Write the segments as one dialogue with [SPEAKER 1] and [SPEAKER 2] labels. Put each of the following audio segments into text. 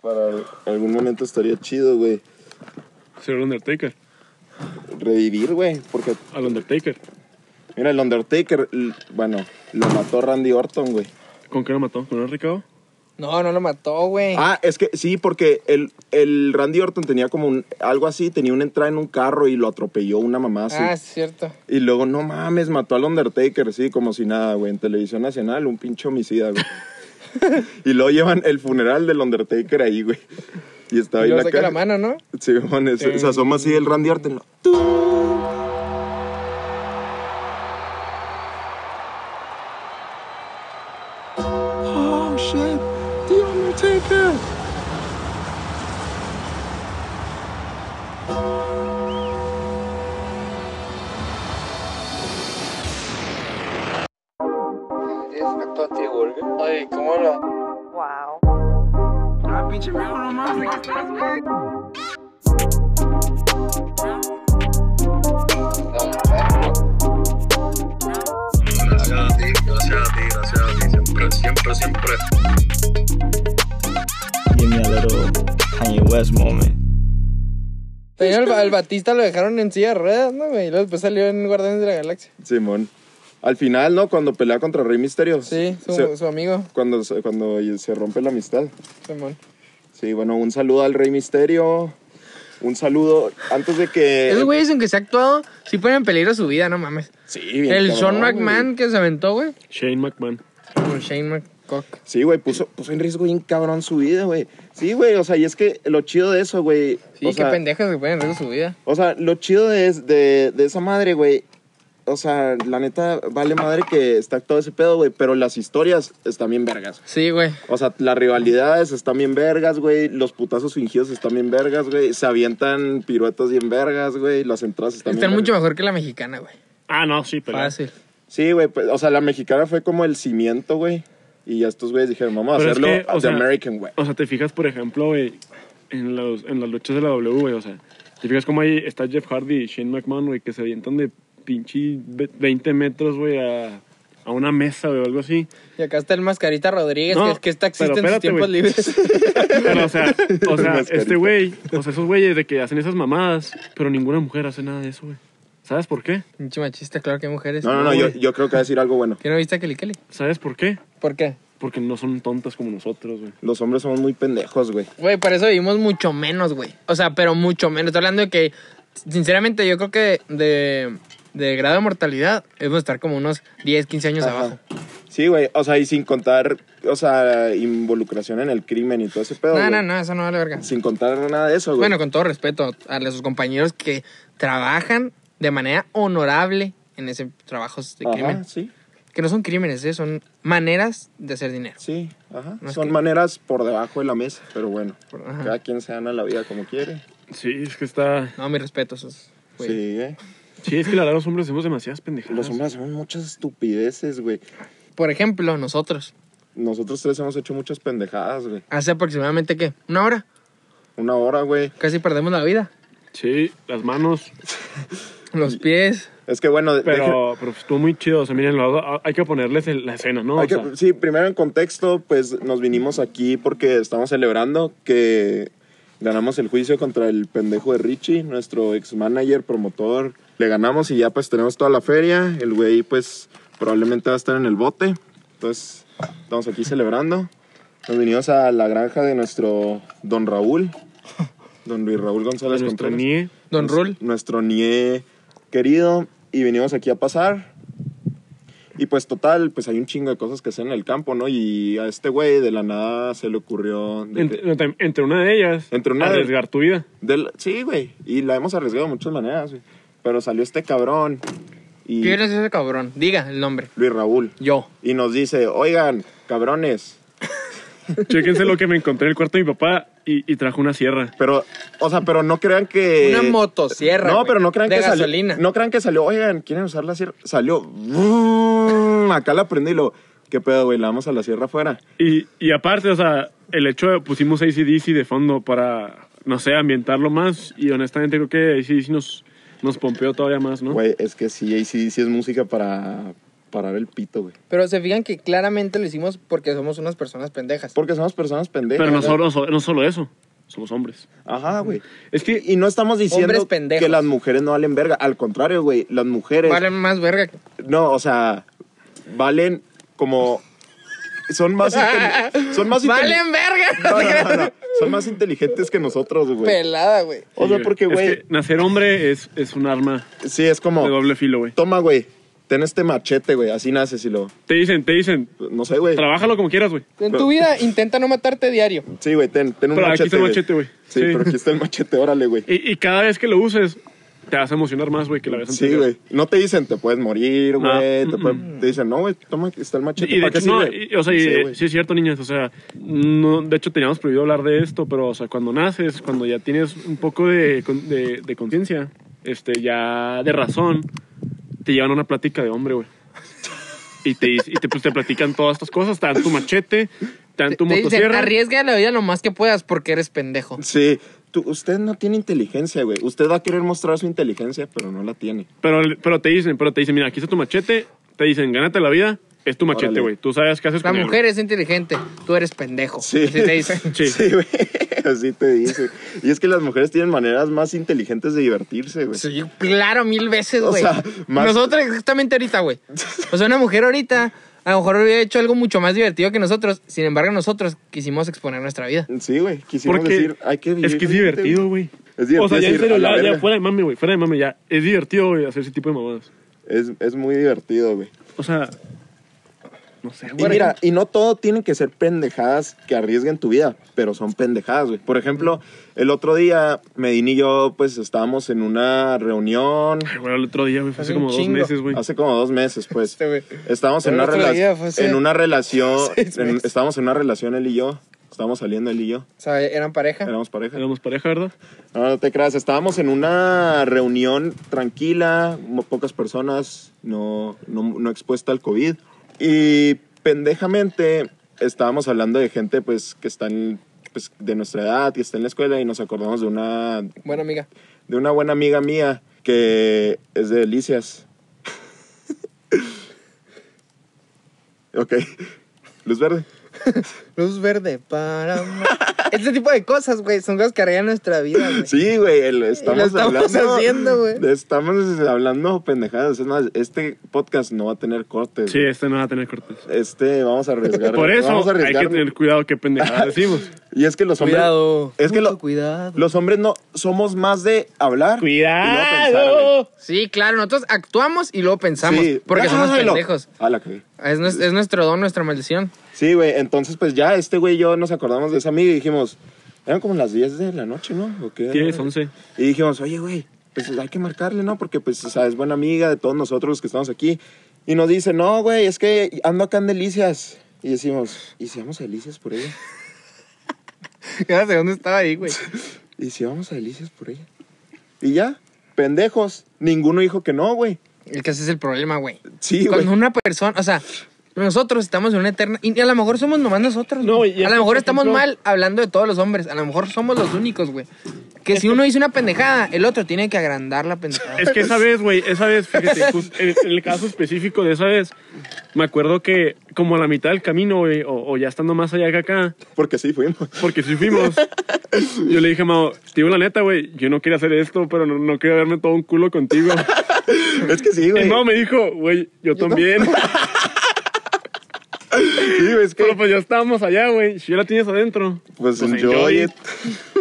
[SPEAKER 1] Para algún momento estaría chido, güey.
[SPEAKER 2] Ser el Undertaker.
[SPEAKER 1] Revivir, güey. Porque,
[SPEAKER 2] Al Undertaker.
[SPEAKER 1] mira, el Undertaker, l- bueno, lo mató Randy Orton, güey.
[SPEAKER 2] ¿Con qué lo mató? ¿Con un recado?
[SPEAKER 3] No, no lo mató, güey.
[SPEAKER 1] Ah, es que sí, porque el, el Randy Orton tenía como un, algo así, tenía una entrada en un carro y lo atropelló una mamá así.
[SPEAKER 3] Ah, es cierto.
[SPEAKER 1] Y luego, no mames, mató al Undertaker, sí, como si nada, güey. En televisión nacional, un pinche homicida, güey. y luego llevan el funeral del Undertaker ahí, güey. Y estaba ahí
[SPEAKER 3] Y luego
[SPEAKER 1] la
[SPEAKER 3] saca
[SPEAKER 1] cara.
[SPEAKER 3] la mano, ¿no?
[SPEAKER 1] Sí, man, se,
[SPEAKER 3] Eh,
[SPEAKER 1] se asoma así el Randy Orton. ¿no? ¡Tú! Oh, shit. The Undertaker.
[SPEAKER 3] Ay, ¿cómo lo?
[SPEAKER 4] Wow.
[SPEAKER 5] Gracias a ti, gracias a ti, gracias a ti, siempre, siempre, siempre.
[SPEAKER 6] Give me a little Kanye West moment.
[SPEAKER 3] Tenía al, al Batista lo dejaron en silla de ruedas, ¿no, güey? Y luego después salió en Guardianes de la Galaxia.
[SPEAKER 1] Simón. Al final, ¿no? Cuando pelea contra Rey Misterio.
[SPEAKER 3] Sí, su,
[SPEAKER 1] Se-
[SPEAKER 3] su amigo,
[SPEAKER 1] cuando, se- cuando se rompe la amistad.
[SPEAKER 3] Simón.
[SPEAKER 1] Sí, bueno, un saludo al Rey Misterio. Un saludo antes de que.
[SPEAKER 3] Esos güeyes, aunque se ha actuado, sí ponen en peligro su vida, no mames.
[SPEAKER 1] Sí, bien
[SPEAKER 3] El
[SPEAKER 1] cabrón,
[SPEAKER 3] Sean
[SPEAKER 1] güey.
[SPEAKER 3] McMahon que se aventó, güey.
[SPEAKER 2] Shane McMahon.
[SPEAKER 3] Por Shane McCock.
[SPEAKER 1] Sí, güey, puso, puso en riesgo bien cabrón su vida, güey. Sí, güey, o sea, y es que lo chido de eso, güey.
[SPEAKER 3] Sí,
[SPEAKER 1] o
[SPEAKER 3] qué
[SPEAKER 1] sea,
[SPEAKER 3] pendejos que ponen en riesgo su vida.
[SPEAKER 1] O sea, lo chido de, es- de, de esa madre, güey. O sea, la neta, vale madre que está todo ese pedo, güey. Pero las historias están bien vergas.
[SPEAKER 3] Sí, güey.
[SPEAKER 1] O sea, las rivalidades están bien vergas, güey. Los putazos fingidos están bien vergas, güey. Se avientan piruetas bien vergas, güey. Las entradas están
[SPEAKER 3] Están
[SPEAKER 1] bien
[SPEAKER 3] mucho
[SPEAKER 1] vergas.
[SPEAKER 3] mejor que la mexicana, güey.
[SPEAKER 2] Ah, no, sí, pero.
[SPEAKER 3] Fácil.
[SPEAKER 1] Sí, güey. pues, o sea, la mexicana fue como el cimiento, güey. Y ya estos güeyes dijeron, vamos a
[SPEAKER 2] Pero es
[SPEAKER 1] hacerlo
[SPEAKER 2] que, o
[SPEAKER 1] a the
[SPEAKER 2] sea,
[SPEAKER 1] American, güey.
[SPEAKER 2] O sea, te fijas, por ejemplo, güey, en, los, en las luchas de la W, güey, o sea, te fijas cómo ahí está Jeff Hardy y Shane McMahon, güey, que se avientan de pinche ve- 20 metros, güey, a, a una mesa, güey, o algo así.
[SPEAKER 3] Y acá está el Mascarita Rodríguez,
[SPEAKER 2] No,
[SPEAKER 3] que, que es taxista
[SPEAKER 2] pero
[SPEAKER 3] en sus
[SPEAKER 2] espérate,
[SPEAKER 3] tiempos
[SPEAKER 2] güey.
[SPEAKER 3] libres.
[SPEAKER 2] Pero, o sea, o sea
[SPEAKER 1] Mascarita.
[SPEAKER 2] este güey, o sea, esos güeyes de que hacen esas mamadas, pero ninguna mujer hace nada de eso, güey. ¿Sabes por qué?
[SPEAKER 3] Pinche machista, claro que hay mujeres.
[SPEAKER 1] No, no, no, yo, yo creo que va a decir algo bueno.
[SPEAKER 3] ¿Qué no viste a Kelly Kelly?
[SPEAKER 2] ¿Sabes por qué?
[SPEAKER 3] ¿Por qué?
[SPEAKER 2] Porque no son tontas como nosotros, güey.
[SPEAKER 1] Los hombres somos muy pendejos, güey.
[SPEAKER 3] Güey, para eso vivimos mucho menos, güey. O sea, pero mucho menos. Estoy hablando de que, sinceramente, yo creo que de, de grado de mortalidad debemos estar como unos 10, 15 años
[SPEAKER 1] Ajá.
[SPEAKER 3] abajo.
[SPEAKER 1] Sí, güey. O sea, y sin contar, o sea, involucración en el crimen y todo ese pedo.
[SPEAKER 3] No,
[SPEAKER 1] güey.
[SPEAKER 3] no, no, eso no vale verga.
[SPEAKER 1] Sin contar nada de eso, güey.
[SPEAKER 3] Bueno, con todo respeto a sus compañeros que trabajan de manera honorable en ese trabajos de
[SPEAKER 1] Ajá,
[SPEAKER 3] crimen.
[SPEAKER 1] sí,
[SPEAKER 3] Que no son crímenes, ¿eh? son maneras de hacer dinero.
[SPEAKER 1] sí, ajá.
[SPEAKER 3] No es
[SPEAKER 1] Son
[SPEAKER 3] que-
[SPEAKER 1] maneras por debajo de la mesa, pero bueno.
[SPEAKER 3] Ajá.
[SPEAKER 1] Cada quien se gana la vida como quiere.
[SPEAKER 2] Sí, es que está.
[SPEAKER 3] No, mi respeto, esos güey.
[SPEAKER 1] Sí, eh.
[SPEAKER 2] Sí, es que la verdad los hombres hacemos demasiadas pendejadas.
[SPEAKER 1] Los hombres hacen muchas estupideces, güey.
[SPEAKER 3] Por ejemplo, nosotros,
[SPEAKER 1] Nosotros tres hemos hecho muchas pendejadas, güey.
[SPEAKER 3] hace aproximadamente, ¿qué? Una hora.
[SPEAKER 1] Una hora, güey.
[SPEAKER 3] Casi perdemos la vida.
[SPEAKER 2] Sí, las manos.
[SPEAKER 3] Los pies.
[SPEAKER 1] Es que bueno, de- deje-
[SPEAKER 2] Pero, pero estuvo muy chido. O sea, miren, lo- ah, hay que ponerles el- la escena, ¿no?
[SPEAKER 1] hay
[SPEAKER 2] O
[SPEAKER 1] que-
[SPEAKER 2] sea,
[SPEAKER 1] sí, primero en contexto, pues nos vinimos aquí porque estamos celebrando que ganamos el juicio contra el pendejo de Richie, nuestro ex manager, promotor. Le ganamos y ya pues tenemos toda la feria. El güey pues probablemente va a estar en el bote. Entonces estamos aquí celebrando. Nos vinimos a la granja de nuestro don Raúl, don Luis Raúl González
[SPEAKER 2] nuestro
[SPEAKER 1] Contreras.
[SPEAKER 2] nie.
[SPEAKER 3] Don
[SPEAKER 1] Nues-
[SPEAKER 3] Rul.
[SPEAKER 1] Nuestro NIE querido. Y venimos aquí a pasar. Y pues total, pues hay un chingo de cosas que hacer en el campo, ¿no? Y a este güey de la nada se le ocurrió... de que-
[SPEAKER 2] Entre, entre- entre una de ellas.
[SPEAKER 1] Entre una de-
[SPEAKER 2] arriesgar tu vida.
[SPEAKER 1] del- sí, güey. Y la hemos arriesgado de muchas maneras, güey. Pero salió este cabrón. Y
[SPEAKER 3] ¿Quién es ese cabrón? Diga el nombre.
[SPEAKER 1] Luis Raúl.
[SPEAKER 3] Yo.
[SPEAKER 1] Y nos dice, oigan, cabrones.
[SPEAKER 2] Chéquense lo que me encontré en el cuarto de mi papá y, y trajo una sierra.
[SPEAKER 1] Pero, o sea, pero no crean que...
[SPEAKER 3] Una motosierra.
[SPEAKER 1] No,
[SPEAKER 3] güey,
[SPEAKER 1] pero no crean
[SPEAKER 3] de
[SPEAKER 1] que salió.
[SPEAKER 3] gasolina.
[SPEAKER 1] No crean que salió. Oigan, ¿quieren usar la sierra? Salió. ¡vroom! Acá la prendí y lo. ¿Qué pedo, güey? La vamos a la sierra afuera.
[SPEAKER 2] Y, y aparte, o sea, el hecho de pusimos ACDC de fondo para, no sé, ambientarlo más. Y honestamente creo que ACDC nos, nos pompeó todavía más, ¿no?
[SPEAKER 1] Güey, es que sí, ahí sí, sí es música para parar el pito, güey.
[SPEAKER 3] Pero se fijan que claramente lo hicimos porque somos unas personas pendejas.
[SPEAKER 1] Porque somos personas pendejas.
[SPEAKER 2] Pero no
[SPEAKER 1] güey.
[SPEAKER 2] solo, no solo eso, somos hombres.
[SPEAKER 1] Ajá, güey.
[SPEAKER 2] Es que
[SPEAKER 1] Y no estamos
[SPEAKER 3] Hombres
[SPEAKER 1] diciendo
[SPEAKER 3] pendejos.
[SPEAKER 1] que las mujeres no valen verga. Al contrario, güey. Las mujeres.
[SPEAKER 3] Valen más verga. que-
[SPEAKER 1] No, o sea, valen como. Son más. inteli- son más. inteli-
[SPEAKER 3] ¡Valen verga!
[SPEAKER 1] No, no, no, no. Son más inteligentes que nosotros, güey.
[SPEAKER 3] Pelada, güey.
[SPEAKER 1] O sea, porque,
[SPEAKER 2] Es
[SPEAKER 1] güey.
[SPEAKER 2] que nacer hombre es, es un arma
[SPEAKER 1] Sí, es
[SPEAKER 2] de
[SPEAKER 1] como.
[SPEAKER 2] doble filo, güey.
[SPEAKER 1] Toma, güey. Ten este machete, güey. Así naces y lo.
[SPEAKER 2] Te dicen, te dicen,
[SPEAKER 1] No sé, güey.
[SPEAKER 2] trabájalo como quieras, güey.
[SPEAKER 3] En tu vida intenta no matarte diario.
[SPEAKER 1] Sí, güey, ten, ten un
[SPEAKER 2] Pero
[SPEAKER 1] machete.
[SPEAKER 2] aquí está el machete, güey.
[SPEAKER 1] Sí,
[SPEAKER 2] Sí.
[SPEAKER 1] pero aquí está el machete, órale, güey.
[SPEAKER 2] Y, y cada vez que lo uses, te vas a emocionar más, güey, que la vez
[SPEAKER 1] Sí,
[SPEAKER 2] anterior.
[SPEAKER 1] güey. No te dicen, te puedes morir,
[SPEAKER 2] No.
[SPEAKER 1] güey. te, pueden- te dicen, no, güey, toma, aquí está el machete.
[SPEAKER 2] Y de
[SPEAKER 1] ¿para qué
[SPEAKER 2] hecho, no,
[SPEAKER 1] sirve?
[SPEAKER 2] y- o sea, y-
[SPEAKER 1] Sí,
[SPEAKER 2] eh,
[SPEAKER 1] güey.
[SPEAKER 2] sí es cierto, niñas, o sea, no, de hecho teníamos prohibido hablar de esto, pero, o sea, cuando naces, cuando ya tienes un poco de, con- de, de conciencia, este, ya de razón, te llevan a una plática de hombre, güey. Y te, dice- y te, pues, te platican todas estas cosas, te dan tu machete, te dan
[SPEAKER 3] Te,
[SPEAKER 2] tu
[SPEAKER 3] te dicen,
[SPEAKER 2] motosierra.
[SPEAKER 3] arriesga la vida lo más que puedas porque eres pendejo.
[SPEAKER 1] Sí. Tú- usted no tiene inteligencia, güey. Usted va a querer mostrar su inteligencia, pero no la tiene.
[SPEAKER 2] Pero, pero te dicen, pero te dicen, mira, aquí está tu machete, te dicen, gánate la vida, es tu machete,
[SPEAKER 1] Órale.
[SPEAKER 2] güey. Tú sabes qué haces
[SPEAKER 3] La
[SPEAKER 2] con él,
[SPEAKER 3] mujer es inteligente, tú eres pendejo.
[SPEAKER 1] Sí.
[SPEAKER 3] Así te dicen.
[SPEAKER 2] Sí.
[SPEAKER 1] Sí, güey. Así te dice. Y es que las mujeres tienen maneras más inteligentes de divertirse, güey.
[SPEAKER 3] Sí, claro, mil veces,
[SPEAKER 1] O
[SPEAKER 3] güey.
[SPEAKER 1] sea, más-
[SPEAKER 3] Nosotros exactamente ahorita, güey. O sea, una mujer ahorita a lo mejor hubiera hecho algo mucho más divertido que nosotros. Sin embargo, nosotros quisimos exponer nuestra vida.
[SPEAKER 1] Sí, güey. Quisimos
[SPEAKER 2] Porque
[SPEAKER 1] decir, hay que vivir
[SPEAKER 2] es que es
[SPEAKER 1] la vida,
[SPEAKER 2] divertido, güey.
[SPEAKER 1] Es divertido
[SPEAKER 2] O sea, ya en
[SPEAKER 1] decir, "A
[SPEAKER 2] serio,
[SPEAKER 1] la
[SPEAKER 2] ya, ya
[SPEAKER 1] verga".
[SPEAKER 2] fuera de mame, güey. Fuera de mame, ya. Es divertido, güey, hacer ese tipo de mamadas.
[SPEAKER 1] Es, es muy divertido, güey.
[SPEAKER 2] O sea, no sé,
[SPEAKER 1] Y
[SPEAKER 2] güey.
[SPEAKER 1] mira, y no todo tienen que ser pendejadas que arriesguen tu vida, pero son pendejadas, güey. Por ejemplo, el otro día, Medina y yo, pues, estábamos en una reunión
[SPEAKER 2] Ay, güey, el otro día, güey, fue hace
[SPEAKER 3] Hace un
[SPEAKER 2] como dos
[SPEAKER 3] chingo.
[SPEAKER 2] meses, güey.
[SPEAKER 1] hace como dos meses, pues.
[SPEAKER 3] Este, güey.
[SPEAKER 1] Estábamos en
[SPEAKER 3] El
[SPEAKER 1] una,
[SPEAKER 3] otro
[SPEAKER 1] rela-
[SPEAKER 3] día fue hace
[SPEAKER 1] en una relación,
[SPEAKER 3] seis
[SPEAKER 1] en-
[SPEAKER 3] meses.
[SPEAKER 1] estábamos en una relación él y yo, estábamos saliendo él y yo,
[SPEAKER 3] O sea, eran pareja.
[SPEAKER 1] éramos pareja.
[SPEAKER 2] Éramos pareja, ¿verdad?
[SPEAKER 1] No, no te creas, estábamos en una reunión tranquila, mo- pocas personas, no, no, no expuesta al COVID. Y pendejamente estábamos hablando de gente pues, que están pues, de nuestra edad, que está en la escuela, y nos acordamos de una,
[SPEAKER 3] Bueno, amiga.
[SPEAKER 1] de una buena amiga mía que es de Delicias. ok, luz verde.
[SPEAKER 3] Luz verde para... este tipo de cosas, güey, son cosas que arreglan nuestra vida, güey.
[SPEAKER 1] Sí, güey, el- estamos,
[SPEAKER 3] estamos
[SPEAKER 1] hablando,
[SPEAKER 3] haciendo, güey.
[SPEAKER 1] Estamos hablando pendejadas. Es más, este podcast no va a tener cortes.
[SPEAKER 2] Sí,
[SPEAKER 1] güey.
[SPEAKER 2] este no va a tener cortes.
[SPEAKER 1] Este vamos a arriesgar.
[SPEAKER 2] Por eso
[SPEAKER 1] vamos a
[SPEAKER 2] hay
[SPEAKER 1] arriesgar.
[SPEAKER 2] que tener cuidado qué pendejada decimos.
[SPEAKER 1] Y es que los hombres.
[SPEAKER 3] Cuidado.
[SPEAKER 1] Es que
[SPEAKER 3] mucho
[SPEAKER 1] lo-
[SPEAKER 3] Cuidado.
[SPEAKER 1] Los hombres no somos más de hablar. y no pensar, güey.
[SPEAKER 2] ¡Cuidado!
[SPEAKER 3] Sí, claro, nosotros actuamos y luego pensamos.
[SPEAKER 1] Sí. Ah,
[SPEAKER 3] Porque somos
[SPEAKER 1] Hágalo.
[SPEAKER 3] pendejos.
[SPEAKER 1] A la que.
[SPEAKER 3] Es, nues- es nuestro don, nuestra maldición.
[SPEAKER 1] Sí, güey. Entonces, pues ya este güey y yo nos acordamos de esa amiga y dijimos. Eran como las 10 de la noche, ¿no? ¿O qué?
[SPEAKER 2] Tienes 11.
[SPEAKER 1] Y dijimos, oye, güey, pues hay que marcarle, ¿no? Porque, pues, o sea, es buena amiga de todos nosotros los que estamos aquí. Y nos dice, no, güey, es que ando acá en Delicias. Y decimos, ¿y si vamos a Delicias por ella?
[SPEAKER 3] Ya sé dónde estaba ahí, güey.
[SPEAKER 1] ¿Y si vamos a Delicias por ella? Y ya, pendejos. Ninguno dijo que no, güey.
[SPEAKER 3] El que ese es el problema, güey.
[SPEAKER 1] Sí, güey.
[SPEAKER 3] Cuando una persona, o sea, nosotros estamos en una eterna. Y a lo mejor somos nomás nosotros.
[SPEAKER 2] No,
[SPEAKER 3] güey.
[SPEAKER 2] y es
[SPEAKER 3] a lo
[SPEAKER 2] que,
[SPEAKER 3] mejor
[SPEAKER 2] por
[SPEAKER 3] estamos
[SPEAKER 2] ejemplo-
[SPEAKER 3] mal hablando de todos los hombres. A lo mejor somos los únicos, güey. Que si uno dice una pendejada, el otro tiene que agrandar la pendejada.
[SPEAKER 2] Es que esa vez, güey, esa vez, fíjate, jus- en, en el caso específico de esa vez, me acuerdo que como a la mitad del camino, güey, o, o ya estando más allá que acá,
[SPEAKER 1] Porque sí, fuimos.
[SPEAKER 2] porque sí fuimos, yo le dije, Mao, tío, la neta, güey, yo no quería hacer esto, pero no, no quería verme todo un culo contigo.
[SPEAKER 1] Es que sí,
[SPEAKER 2] Y
[SPEAKER 1] güey.
[SPEAKER 2] Mao me dijo, güey, yo, también.
[SPEAKER 1] Sí, güey, es que,
[SPEAKER 2] pero pues ya estábamos allá, güey, si ya la tienes adentro.
[SPEAKER 1] pues,
[SPEAKER 2] pues,
[SPEAKER 1] enjoy
[SPEAKER 2] enjoy
[SPEAKER 1] it.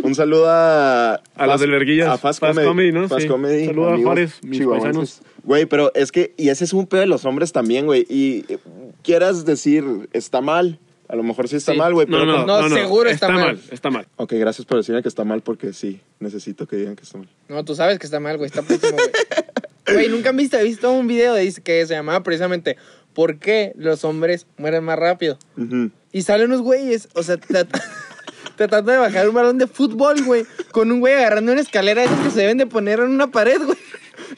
[SPEAKER 1] Un saludo a...
[SPEAKER 2] A los del Verguillas.
[SPEAKER 1] A Fast,
[SPEAKER 2] Fast
[SPEAKER 1] Comedy.
[SPEAKER 2] Comedy, ¿no?
[SPEAKER 1] Fast
[SPEAKER 2] Sí.
[SPEAKER 1] Comedy.
[SPEAKER 2] Saludo a
[SPEAKER 1] amigos
[SPEAKER 2] Juárez, mis
[SPEAKER 1] chihuahuenses. Güey, pero es que... Y ese es un pedo de los hombres también, güey. Y eh, quieras decir, está mal. A lo mejor sí está
[SPEAKER 3] Sí.
[SPEAKER 1] mal, güey.
[SPEAKER 2] No,
[SPEAKER 1] pero
[SPEAKER 2] no,
[SPEAKER 1] como-
[SPEAKER 3] No,
[SPEAKER 2] no, no,
[SPEAKER 3] seguro está mal.
[SPEAKER 2] Está mal,
[SPEAKER 1] Ok, gracias por decirme que está mal porque sí, necesito que digan que está mal.
[SPEAKER 3] No, tú sabes que está mal, güey. Está pésimo, güey. Güey, nunca han visto, visto un video de, que se llamaba precisamente ¿Por qué los hombres mueren más rápido?
[SPEAKER 1] Ujú.
[SPEAKER 3] Y salen unos güeyes, o sea, trat- tratando de bajar un balón de fútbol, güey, con un güey agarrando una escalera de esas que se deben de poner en una pared, güey.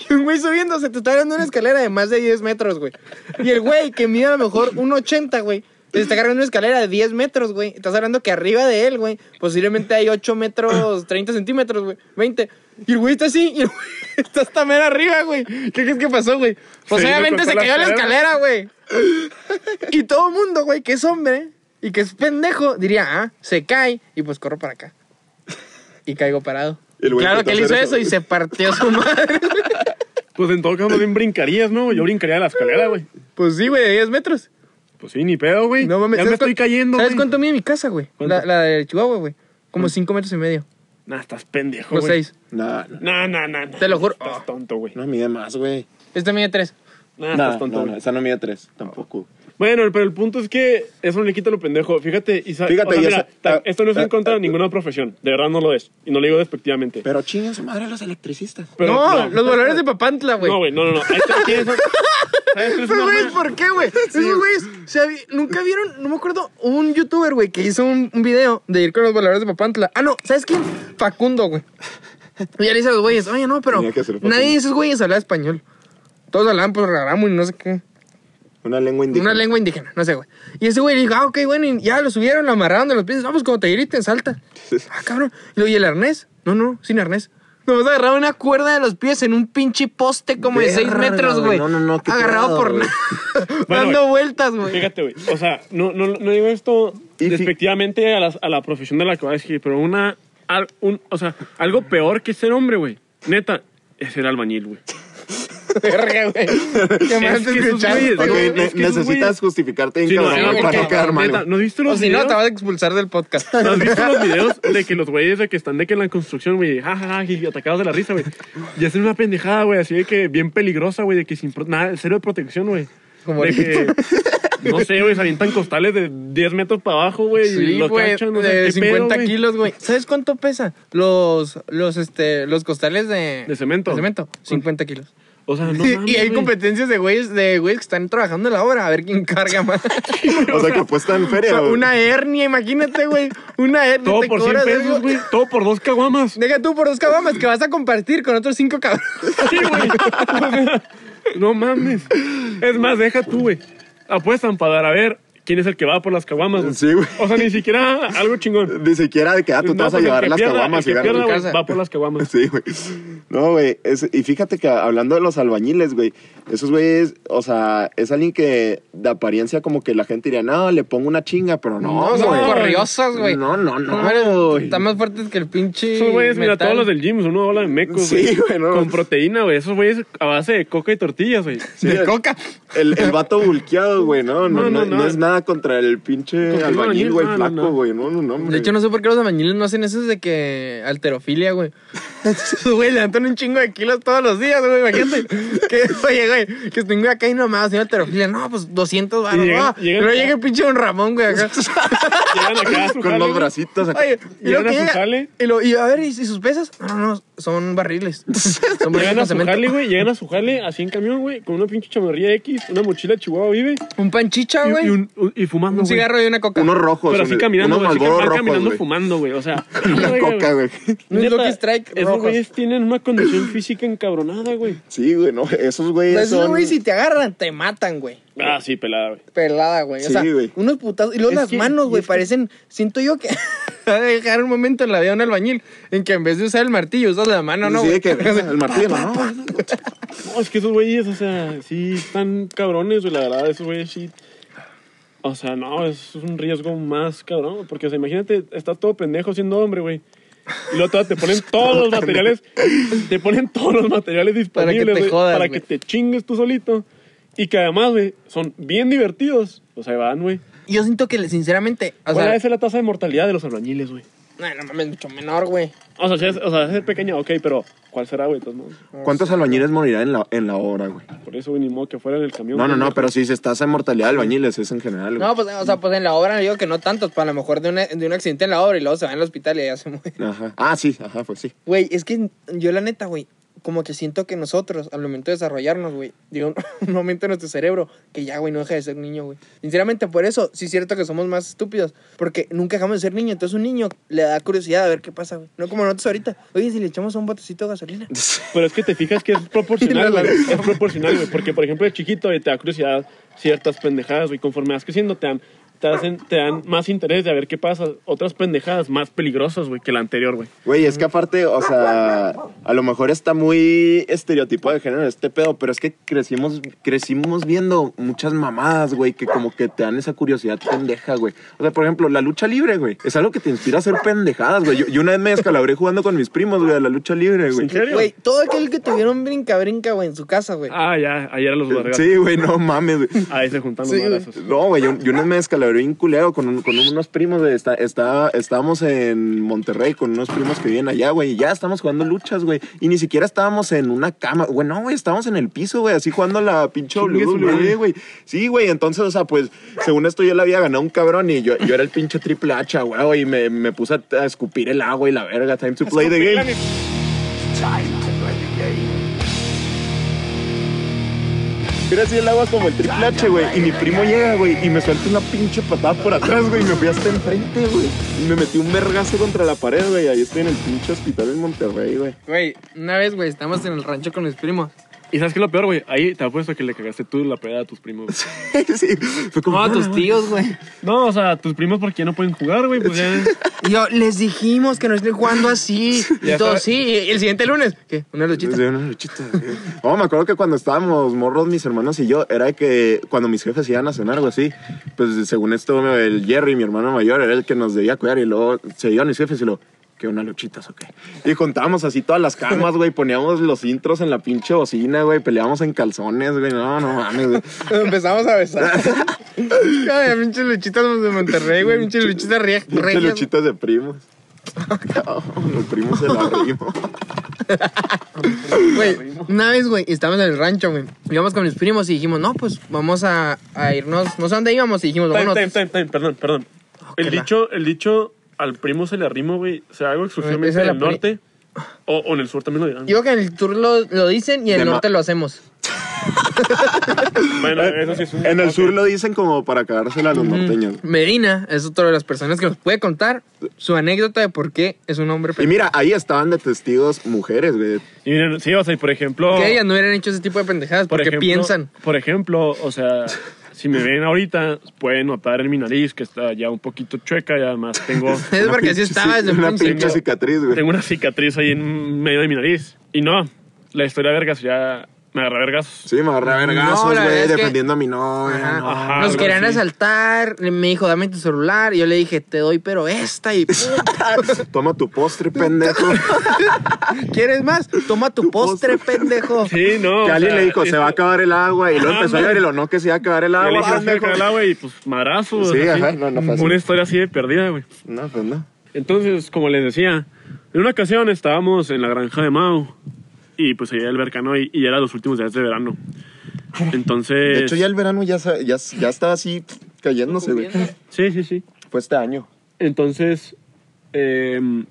[SPEAKER 3] Y un güey subiéndose, te está dando una escalera de más de 10 metros, güey. Y el güey que mide a lo mejor un 80, güey, Te está cargando una escalera de 10 metros, güey. Estás hablando que arriba de él, güey, posiblemente hay 8 metros, 30 centímetros, güey. 20. Y el güey está así, y el güey está hasta mera arriba, güey. ¿Qué crees que pasó, güey? Pues
[SPEAKER 2] Se vino
[SPEAKER 3] obviamente
[SPEAKER 2] contra
[SPEAKER 3] se
[SPEAKER 2] la
[SPEAKER 3] cayó la
[SPEAKER 2] escalera.
[SPEAKER 3] escalera, güey. Y todo el mundo, güey, que es hombre y que es pendejo, diría, ah, se cae y pues corro para acá. Y caigo parado.
[SPEAKER 1] El güey
[SPEAKER 3] Claro
[SPEAKER 1] intentó
[SPEAKER 3] que él hizo
[SPEAKER 1] hacer
[SPEAKER 3] eso.
[SPEAKER 1] eso.
[SPEAKER 3] y se partió su madre.
[SPEAKER 2] Pues en todo caso, más bien brincarías, ¿no? Yo brincaría a la escalera, güey.
[SPEAKER 3] Pues sí, güey, de 10 metros.
[SPEAKER 2] Pues sí, ni pedo, güey.
[SPEAKER 3] No mames,
[SPEAKER 2] Ya me
[SPEAKER 3] ¿sabes
[SPEAKER 2] estoy
[SPEAKER 3] cuánto-
[SPEAKER 2] cayendo,
[SPEAKER 3] ¿Sabes
[SPEAKER 2] güey.
[SPEAKER 3] cuánto mide mi casa, güey?
[SPEAKER 2] ¿Cuánto?
[SPEAKER 3] La, la de Chihuahua, güey. Como 5 metros y medio.
[SPEAKER 2] Nah, estás pendejo,
[SPEAKER 3] Como
[SPEAKER 2] güey.
[SPEAKER 3] 6.
[SPEAKER 1] Nah, nah,
[SPEAKER 2] Nah, nah, nah. nah.
[SPEAKER 3] Te lo juro.
[SPEAKER 2] Estás tonto, güey.
[SPEAKER 1] no mide más, güey.
[SPEAKER 3] Este mide 3.
[SPEAKER 2] Nah,
[SPEAKER 1] Nah,
[SPEAKER 2] estás tonto,
[SPEAKER 1] no,
[SPEAKER 2] güey.
[SPEAKER 1] no, esa no mide tres, tampoco.
[SPEAKER 2] Bueno, pero el punto es que eso no le quita lo pendejo. Fíjate, y sa-
[SPEAKER 1] Fíjate,
[SPEAKER 2] o sea,
[SPEAKER 1] y
[SPEAKER 2] mira,
[SPEAKER 1] esa-
[SPEAKER 2] ta-
[SPEAKER 1] ah,
[SPEAKER 2] esto no es en
[SPEAKER 1] ah,
[SPEAKER 2] contra de
[SPEAKER 1] ah,
[SPEAKER 2] ninguna profesión. De verdad no lo es. Y no lo digo despectivamente.
[SPEAKER 1] Pero chingan su madre a los electricistas.
[SPEAKER 2] Pero
[SPEAKER 3] no, los valores de Papantla, güey.
[SPEAKER 2] No, güey, no, no, no. Ahí te tienes- ¿Sabes qué es
[SPEAKER 3] Pero,
[SPEAKER 2] una
[SPEAKER 3] güey,
[SPEAKER 2] ma-
[SPEAKER 3] ¿por qué, güey? Esos güeyes, o sea, vi- nunca vieron, no me acuerdo, un youtuber, güey, que hizo un, un video de ir con los valores de Papantla. Ah, no, ¿sabes quién? Facundo, güey. Y ya le dice a los güeyes, oye, no, pero
[SPEAKER 1] Tenía que ser Facundo.
[SPEAKER 3] nadie de esos güeyes hablaba español. Todos hablaban por raramo y no sé qué.
[SPEAKER 1] Una lengua indígena.
[SPEAKER 3] Una lengua indígena, no sé, güey. Y ese güey le dijo, ah, ok, bueno, y ya lo subieron, lo amarraron de los pies. No, pues como te griten, salta. Ah, cabrón. Y luego, ¿y el arnés? No, no, sin arnés. Nomás agarraba una cuerda de los pies en un pinche poste como de 6
[SPEAKER 1] Verga,
[SPEAKER 3] metros,
[SPEAKER 1] güey.
[SPEAKER 3] güey.
[SPEAKER 1] No, no, no, qué
[SPEAKER 3] Agarrado
[SPEAKER 1] pedo,
[SPEAKER 3] por
[SPEAKER 1] güey.
[SPEAKER 3] nada.
[SPEAKER 2] Bueno,
[SPEAKER 3] Dando
[SPEAKER 2] güey.
[SPEAKER 3] vueltas, güey.
[SPEAKER 2] Fíjate, güey. O sea, no, no, no digo esto
[SPEAKER 1] Y fi-
[SPEAKER 2] despectivamente a, las- a la profesión de la que vas a escribir, pero una. al- un- o sea, algo peor que ser hombre, güey. Neta, es ser albañil, güey.
[SPEAKER 3] Verga, güey. Qué mal
[SPEAKER 2] Es que
[SPEAKER 3] te
[SPEAKER 2] esos
[SPEAKER 3] escuchaste,
[SPEAKER 2] güeyes,
[SPEAKER 1] Ok,
[SPEAKER 3] güey.
[SPEAKER 1] ne-
[SPEAKER 2] es que esos güeyes-
[SPEAKER 1] necesitas justificarte bien
[SPEAKER 2] Sí, no,
[SPEAKER 1] cabrón,
[SPEAKER 3] sí,
[SPEAKER 1] güey,
[SPEAKER 3] porque-
[SPEAKER 1] para no quedar
[SPEAKER 2] neta,
[SPEAKER 1] mal.
[SPEAKER 2] ¿no has visto
[SPEAKER 3] O
[SPEAKER 2] los
[SPEAKER 3] si no,
[SPEAKER 2] videos?
[SPEAKER 3] te vas a expulsar del podcast.
[SPEAKER 2] ¿No ¿Has visto los videos de que los güeyes de que están de que en la construcción, güey, jajaja, atacados de la risa, güey? Y hacen una pendejada, güey, así de que bien peligrosa, güey, de que sin pro- nada, cero de protección, güey.
[SPEAKER 3] Como
[SPEAKER 2] De que, no sé, güey, se avientan costales de 10 metros para abajo, güey, y
[SPEAKER 3] Sí,
[SPEAKER 2] lo
[SPEAKER 3] güey,
[SPEAKER 2] cachan, no sé
[SPEAKER 3] de
[SPEAKER 2] qué
[SPEAKER 3] 50
[SPEAKER 2] pedo, güey.
[SPEAKER 3] kilos, güey. ¿Sabes cuánto pesa? Los, los, este, los costales de...
[SPEAKER 2] De cemento.
[SPEAKER 3] 50 kilos.
[SPEAKER 2] O sea, no
[SPEAKER 3] Sí,
[SPEAKER 2] mames,
[SPEAKER 3] y hay
[SPEAKER 2] güey.
[SPEAKER 3] competencias de güeyes, de güeyes que están trabajando en la obra, a ver quién carga más.
[SPEAKER 1] O sea, que apuestan en
[SPEAKER 3] O
[SPEAKER 1] feria,
[SPEAKER 3] sea,
[SPEAKER 1] güey.
[SPEAKER 3] una hernia, imagínate, güey. Una hernia.
[SPEAKER 2] Todo
[SPEAKER 3] te
[SPEAKER 2] por 100
[SPEAKER 3] cobras
[SPEAKER 2] pesos,
[SPEAKER 3] algo.
[SPEAKER 2] güey. Todo por dos caguamas.
[SPEAKER 3] Deja tú por dos cabamas que vas a compartir con otros cinco cabrones.
[SPEAKER 2] Sí, güey. No mames. Es más, deja tú, güey. Apuestan para dar a ver quién es el que va por las caguamas. güey.
[SPEAKER 1] Sí, güey.
[SPEAKER 2] O sea, ni siquiera algo chingón.
[SPEAKER 1] Ni siquiera de que ah, tú te
[SPEAKER 2] No,
[SPEAKER 1] vas a
[SPEAKER 2] pues el
[SPEAKER 1] llevar
[SPEAKER 2] que
[SPEAKER 1] las
[SPEAKER 2] pierda-
[SPEAKER 1] caguamas y
[SPEAKER 2] el que
[SPEAKER 1] ganas.
[SPEAKER 2] pierda,
[SPEAKER 3] mi
[SPEAKER 2] güey,
[SPEAKER 3] casa.
[SPEAKER 2] Va por las caguamas.
[SPEAKER 1] Sí, güey. No, güey. es- Y fíjate que hablando de los albañiles, güey. Esos güeyes, o sea, es alguien que de apariencia como que la gente diría, no, le pongo una chinga, pero no,
[SPEAKER 3] son
[SPEAKER 1] güey.
[SPEAKER 3] corriosos, güey.
[SPEAKER 1] No, no, no,
[SPEAKER 3] eres-
[SPEAKER 1] güey.
[SPEAKER 3] Están más fuertes que el pinche.
[SPEAKER 2] Esos güeyes, mira,
[SPEAKER 3] metal.
[SPEAKER 2] todos los del gym son una bola de mecos,
[SPEAKER 1] Sí, güey, no.
[SPEAKER 2] Con proteína, güey. Esos güeyes a base de coca y tortillas, güey.
[SPEAKER 1] Sí,
[SPEAKER 3] de
[SPEAKER 1] el-
[SPEAKER 3] coca.
[SPEAKER 1] El, el vato bulqueado, güey, no no,
[SPEAKER 2] No,
[SPEAKER 1] no,
[SPEAKER 2] no, no.
[SPEAKER 1] no es nada contra el pinche
[SPEAKER 2] Contra el albañil,
[SPEAKER 1] albañil, güey,
[SPEAKER 2] no, no, no.
[SPEAKER 1] flaco, güey. No, no, no, hombre.
[SPEAKER 3] De hecho, no sé por qué los albañiles no hacen eso de que alterofilia, güey. Esos güeyes levantan un chingo de kilos todos los días, güey. Imagínate. Que, oye, güey, que estoy acá y nomás haciendo alterofilia. No, pues 200 baros.
[SPEAKER 2] llegan-
[SPEAKER 3] no.
[SPEAKER 2] llegan-
[SPEAKER 3] Pero llega el pinche Don Ramón, güey, acá.
[SPEAKER 2] Llegan acá a su
[SPEAKER 1] Con
[SPEAKER 2] jale,
[SPEAKER 1] los
[SPEAKER 2] güey.
[SPEAKER 1] bracitos acá.
[SPEAKER 3] Oye, y
[SPEAKER 2] Llegan
[SPEAKER 3] lo que
[SPEAKER 2] a su
[SPEAKER 3] llega-
[SPEAKER 2] jale.
[SPEAKER 3] y lo- y a ver, ¿y, y sus pesas? No, no, no, son barriles. Son barriles
[SPEAKER 2] Llegan
[SPEAKER 3] con
[SPEAKER 2] a su
[SPEAKER 3] cemento.
[SPEAKER 2] jale, güey. Llegan a su jale así en camión, güey. Con una pinche chamarrilla X, una mochila de Chihuahua Vive.
[SPEAKER 3] Un panchicha,
[SPEAKER 2] y-
[SPEAKER 3] Ah, güey.
[SPEAKER 2] Y,
[SPEAKER 3] un,
[SPEAKER 2] un- un- y fumando, güey.
[SPEAKER 3] cigarro y una coca.
[SPEAKER 1] Unos rojos.
[SPEAKER 2] Pero así
[SPEAKER 1] un-
[SPEAKER 2] caminando, güey.
[SPEAKER 1] unos
[SPEAKER 2] Así que
[SPEAKER 1] Marlboro
[SPEAKER 2] van
[SPEAKER 1] rojos,
[SPEAKER 2] caminando
[SPEAKER 1] güey.
[SPEAKER 2] fumando, güey. O sea,
[SPEAKER 1] Una
[SPEAKER 2] oiga,
[SPEAKER 1] coca, güey.
[SPEAKER 3] Un
[SPEAKER 2] Neta,
[SPEAKER 3] Lucky Strike
[SPEAKER 2] Esos
[SPEAKER 3] rojos.
[SPEAKER 2] güeyes tienen una condición física encabronada, güey.
[SPEAKER 1] Sí, güey, no, esos güeyes
[SPEAKER 3] Pues, Esos
[SPEAKER 1] son...
[SPEAKER 3] güey, si te agarran, te matan, güey.
[SPEAKER 2] Ah, sí, pelada, güey.
[SPEAKER 3] Pelada, güey. O
[SPEAKER 1] Sí,
[SPEAKER 3] sea,
[SPEAKER 1] güey.
[SPEAKER 3] unos putazos. Y luego
[SPEAKER 2] Es
[SPEAKER 3] las
[SPEAKER 2] que-
[SPEAKER 3] manos,
[SPEAKER 2] y
[SPEAKER 3] güey,
[SPEAKER 2] es que-
[SPEAKER 3] parecen. Siento yo que. Va a dejar un momento en la vida de un albañil en que en vez de usar el martillo usas la mano, ¿no?
[SPEAKER 1] Sí, de
[SPEAKER 3] güey?
[SPEAKER 1] que el martillo, ¿no?
[SPEAKER 2] No, es que esos güeyes, o sea, sí están cabrones, güey. La verdad, esos güeyes sí. O sea, no, es un riesgo más cabrón. Porque, o sea, imagínate, estás todo pendejo siendo hombre, güey. Y luego todavía te ponen todos los materiales. Te ponen todos los materiales
[SPEAKER 3] Para que te
[SPEAKER 2] disponibles, güey,
[SPEAKER 3] jodas,
[SPEAKER 2] Para
[SPEAKER 3] güey.
[SPEAKER 2] que te chingues tú solito. Y que además, güey, son bien divertidos. O sea, van, güey.
[SPEAKER 3] Yo siento que, sinceramente. O
[SPEAKER 2] ¿Cuál
[SPEAKER 3] sea,
[SPEAKER 2] es la tasa de mortalidad de los albañiles, güey?
[SPEAKER 3] no, no mames, mucho menor, güey.
[SPEAKER 2] O sea, si es, o sea, es pequeña, ok, pero ¿cuál será, güey? de todos modos?
[SPEAKER 1] ¿Cuántos albañiles morirán en la, en la obra, güey?
[SPEAKER 2] Por eso, güey, ni modo que fuera en el camión.
[SPEAKER 1] No, no, no,
[SPEAKER 2] pendejo.
[SPEAKER 1] pero sí, si estás en mortalidad de albañiles, es en general, güey.
[SPEAKER 3] No, pues, o sea, pues en la obra digo que no tantos, para a lo mejor de, una- de un accidente en la obra y luego se van al hospital y ya se muere.
[SPEAKER 1] Ajá. Ah, sí, ajá, pues sí.
[SPEAKER 3] Güey, es que yo la neta, güey, como que siento que nosotros, al momento de desarrollarnos, güey, digo, un momento en nuestro cerebro, que ya, güey, no deja de ser niño, güey. Sinceramente, por eso, sí es cierto que somos más estúpidos, porque nunca dejamos de ser niño, entonces un niño le da curiosidad a ver qué pasa, güey. No como nosotros ahorita. Oye, si le echamos un botecito de gasolina.
[SPEAKER 2] Pero es que te fijas que es proporcional, güey. Es proporcional, güey. Porque, por ejemplo, de chiquito güey, te da curiosidad ciertas pendejadas, güey. Conforme vas creciendo, te dan te, hacen, te dan más interés de a ver qué pasa. Otras pendejadas más peligrosas, güey, que la anterior, güey.
[SPEAKER 1] Güey, es que aparte, o sea, a lo mejor está muy estereotipo de género este pedo, pero es que crecimos, crecimos viendo muchas mamadas, güey, que como que te dan esa curiosidad pendeja, güey. O sea, por ejemplo, la lucha libre, güey, es algo que te inspira a hacer pendejadas, güey. Yo, yo una vez me descalabré jugando con mis primos, güey, a la lucha libre, güey.
[SPEAKER 2] serio?
[SPEAKER 3] Güey, todo aquel que tuvieron brinca, brinca, güey, en su casa, güey.
[SPEAKER 2] Ah, ya, ayer a los vergas.
[SPEAKER 1] Sí, güey, no mames, güey.
[SPEAKER 2] Ahí se juntan
[SPEAKER 3] Sí,
[SPEAKER 2] los
[SPEAKER 3] güey.
[SPEAKER 2] madrazos.
[SPEAKER 1] No, güey, yo, yo una vez me descalabré un culero con, un- con unos primos, güey. Está, está- estábamos en Monterrey con unos primos que viven allá, güey. Y ya estábamos jugando luchas, güey. Y ni siquiera estábamos en una cama. Güey, no, güey, estábamos en el piso, güey. Así jugando la pinche
[SPEAKER 2] Chingue su
[SPEAKER 1] WWE,
[SPEAKER 2] madre.
[SPEAKER 1] güey. Sí, güey. Entonces, o sea, pues, según esto yo le había ganado un cabrón y yo, yo era el pinche triple H, güey. Y me, me puse a, a escupir el agua y la verga. Time to play the game. Era así el agua como el triple H, güey. Y mi primo llega, güey, y me suelta una pinche patada por atrás, güey. Y me fui hasta enfrente, güey. Y me metí un vergazo contra la pared, güey. Ahí estoy en el pinche hospital en Monterrey, güey.
[SPEAKER 3] Güey, una vez, güey, estamos en el rancho con mis primos.
[SPEAKER 2] ¿Y sabes qué es lo peor, güey? Ahí te apuesto que le cagaste tú la peda a tus primos. güey.
[SPEAKER 1] sí, fue como.
[SPEAKER 3] No, a tus tíos, güey.
[SPEAKER 2] No, o sea, tus primos porque ya no pueden jugar, güey. Pues ya.
[SPEAKER 3] Y yo, les dijimos que no estén jugando así.
[SPEAKER 2] Ya
[SPEAKER 3] Y todo,
[SPEAKER 2] está.
[SPEAKER 3] sí. Y el siguiente lunes, ¿qué? Una
[SPEAKER 1] Sí,
[SPEAKER 3] luchita.
[SPEAKER 1] una luchita, güey. Oh, me acuerdo que cuando estábamos morros, mis hermanos y yo, era que cuando mis jefes iban a cenar o así, pues según esto, el Jerry, mi hermano mayor, era el que nos debía cuidar y luego se iban mis jefes y lo que una luchita, ¿o qué? Y juntábamos así todas las camas, güey, poníamos los intros en la pinche bocina, güey, peleábamos en calzones, güey, no, no mames, güey.
[SPEAKER 3] Empezamos a besar. Ay, pinches luchitas de Monterrey, güey. Pinches luchitas re-
[SPEAKER 1] Pinche
[SPEAKER 3] regias.
[SPEAKER 1] luchitas de primos. Cabrón, los primos se la rimo.
[SPEAKER 3] Güey, una vez, güey, estábamos en el rancho, güey. Íbamos con mis primos y dijimos, no, pues vamos a, a irnos. No sé dónde íbamos y dijimos,
[SPEAKER 2] Time,
[SPEAKER 3] vámonos.
[SPEAKER 2] time, time, time, perdón, perdón.
[SPEAKER 3] Ah,
[SPEAKER 2] El
[SPEAKER 3] qué la-
[SPEAKER 2] dicho, el dicho al primo se le arrimo, güey. O sea, algo exclusivamente
[SPEAKER 3] Esa
[SPEAKER 2] en
[SPEAKER 3] la
[SPEAKER 2] el
[SPEAKER 3] pri-
[SPEAKER 2] norte. O, o en el sur también lo dirán.
[SPEAKER 3] Yo creo que en el tour lo, lo dicen y en
[SPEAKER 1] De
[SPEAKER 3] el
[SPEAKER 1] ma-
[SPEAKER 3] norte lo hacemos.
[SPEAKER 2] Bueno, eso sí es un.
[SPEAKER 1] Eh, En el
[SPEAKER 2] ok.
[SPEAKER 1] sur lo dicen como para cagársela a los norteños.
[SPEAKER 3] Medina es otra de las personas que nos puede contar su anécdota de por qué es un hombre.
[SPEAKER 1] Y mira, ahí estaban de testigos mujeres, güey.
[SPEAKER 2] Y miren, sí, o sea, y por ejemplo.
[SPEAKER 3] Que ellas no hubieran hecho ese tipo de pendejadas porque
[SPEAKER 2] ejemplo,
[SPEAKER 3] piensan.
[SPEAKER 2] Por ejemplo, o sea, si me ven ahorita, pueden notar en mi nariz que está ya un poquito chueca y además tengo,
[SPEAKER 3] Es
[SPEAKER 1] Una
[SPEAKER 3] porque
[SPEAKER 1] pinche
[SPEAKER 3] así estaba
[SPEAKER 1] ci-
[SPEAKER 3] desde un
[SPEAKER 1] Una
[SPEAKER 3] principio.
[SPEAKER 1] pinche cicatriz, güey.
[SPEAKER 2] tengo una cicatriz ahí en medio de mi nariz. Y no, la historia vergas ya me agarra vergas.
[SPEAKER 1] Sí, me agarré a vergazos,
[SPEAKER 3] No, la
[SPEAKER 1] güey,
[SPEAKER 3] verdad es que-
[SPEAKER 1] defendiendo a mi novia.
[SPEAKER 3] Ah, Ajá.
[SPEAKER 1] Ah, no.
[SPEAKER 2] Ajá,
[SPEAKER 3] Nos
[SPEAKER 2] algo
[SPEAKER 3] querían
[SPEAKER 2] así.
[SPEAKER 3] asaltar. Me dijo, dame tu celular. Y yo le dije, te doy, pero esta. Y "Pues,
[SPEAKER 1] Toma tu postre, pendejo.
[SPEAKER 3] ¿quieres más? Toma tu postre, pendejo.
[SPEAKER 2] Sí, no.
[SPEAKER 1] que
[SPEAKER 2] o
[SPEAKER 1] alguien
[SPEAKER 2] sea,
[SPEAKER 1] le dijo, se
[SPEAKER 2] este-
[SPEAKER 1] va a acabar el agua. Y luego
[SPEAKER 2] Ajá,
[SPEAKER 1] empezó a
[SPEAKER 2] ándale.
[SPEAKER 1] llorar y lo no, que se Ah, va a acabar el
[SPEAKER 2] Yo le
[SPEAKER 1] agua,
[SPEAKER 2] dije, "Vamos a
[SPEAKER 1] pendejo".
[SPEAKER 2] dejar el agua y pues madrazo.
[SPEAKER 1] Sí,
[SPEAKER 2] o sea,
[SPEAKER 1] ajá, no, no fue así.
[SPEAKER 2] Una historia así de perdida, güey.
[SPEAKER 1] No, pues no.
[SPEAKER 2] Entonces, como les decía, en una ocasión estábamos en la granja de Mau y pues allá el Bercano y, y era los últimos días de verano. Entonces.
[SPEAKER 1] De hecho, ya el verano ya, sa- ya, ya estaba así pff, cayéndose, güey.
[SPEAKER 2] Sí, sí, sí.
[SPEAKER 1] Fue este año.
[SPEAKER 2] Entonces, em,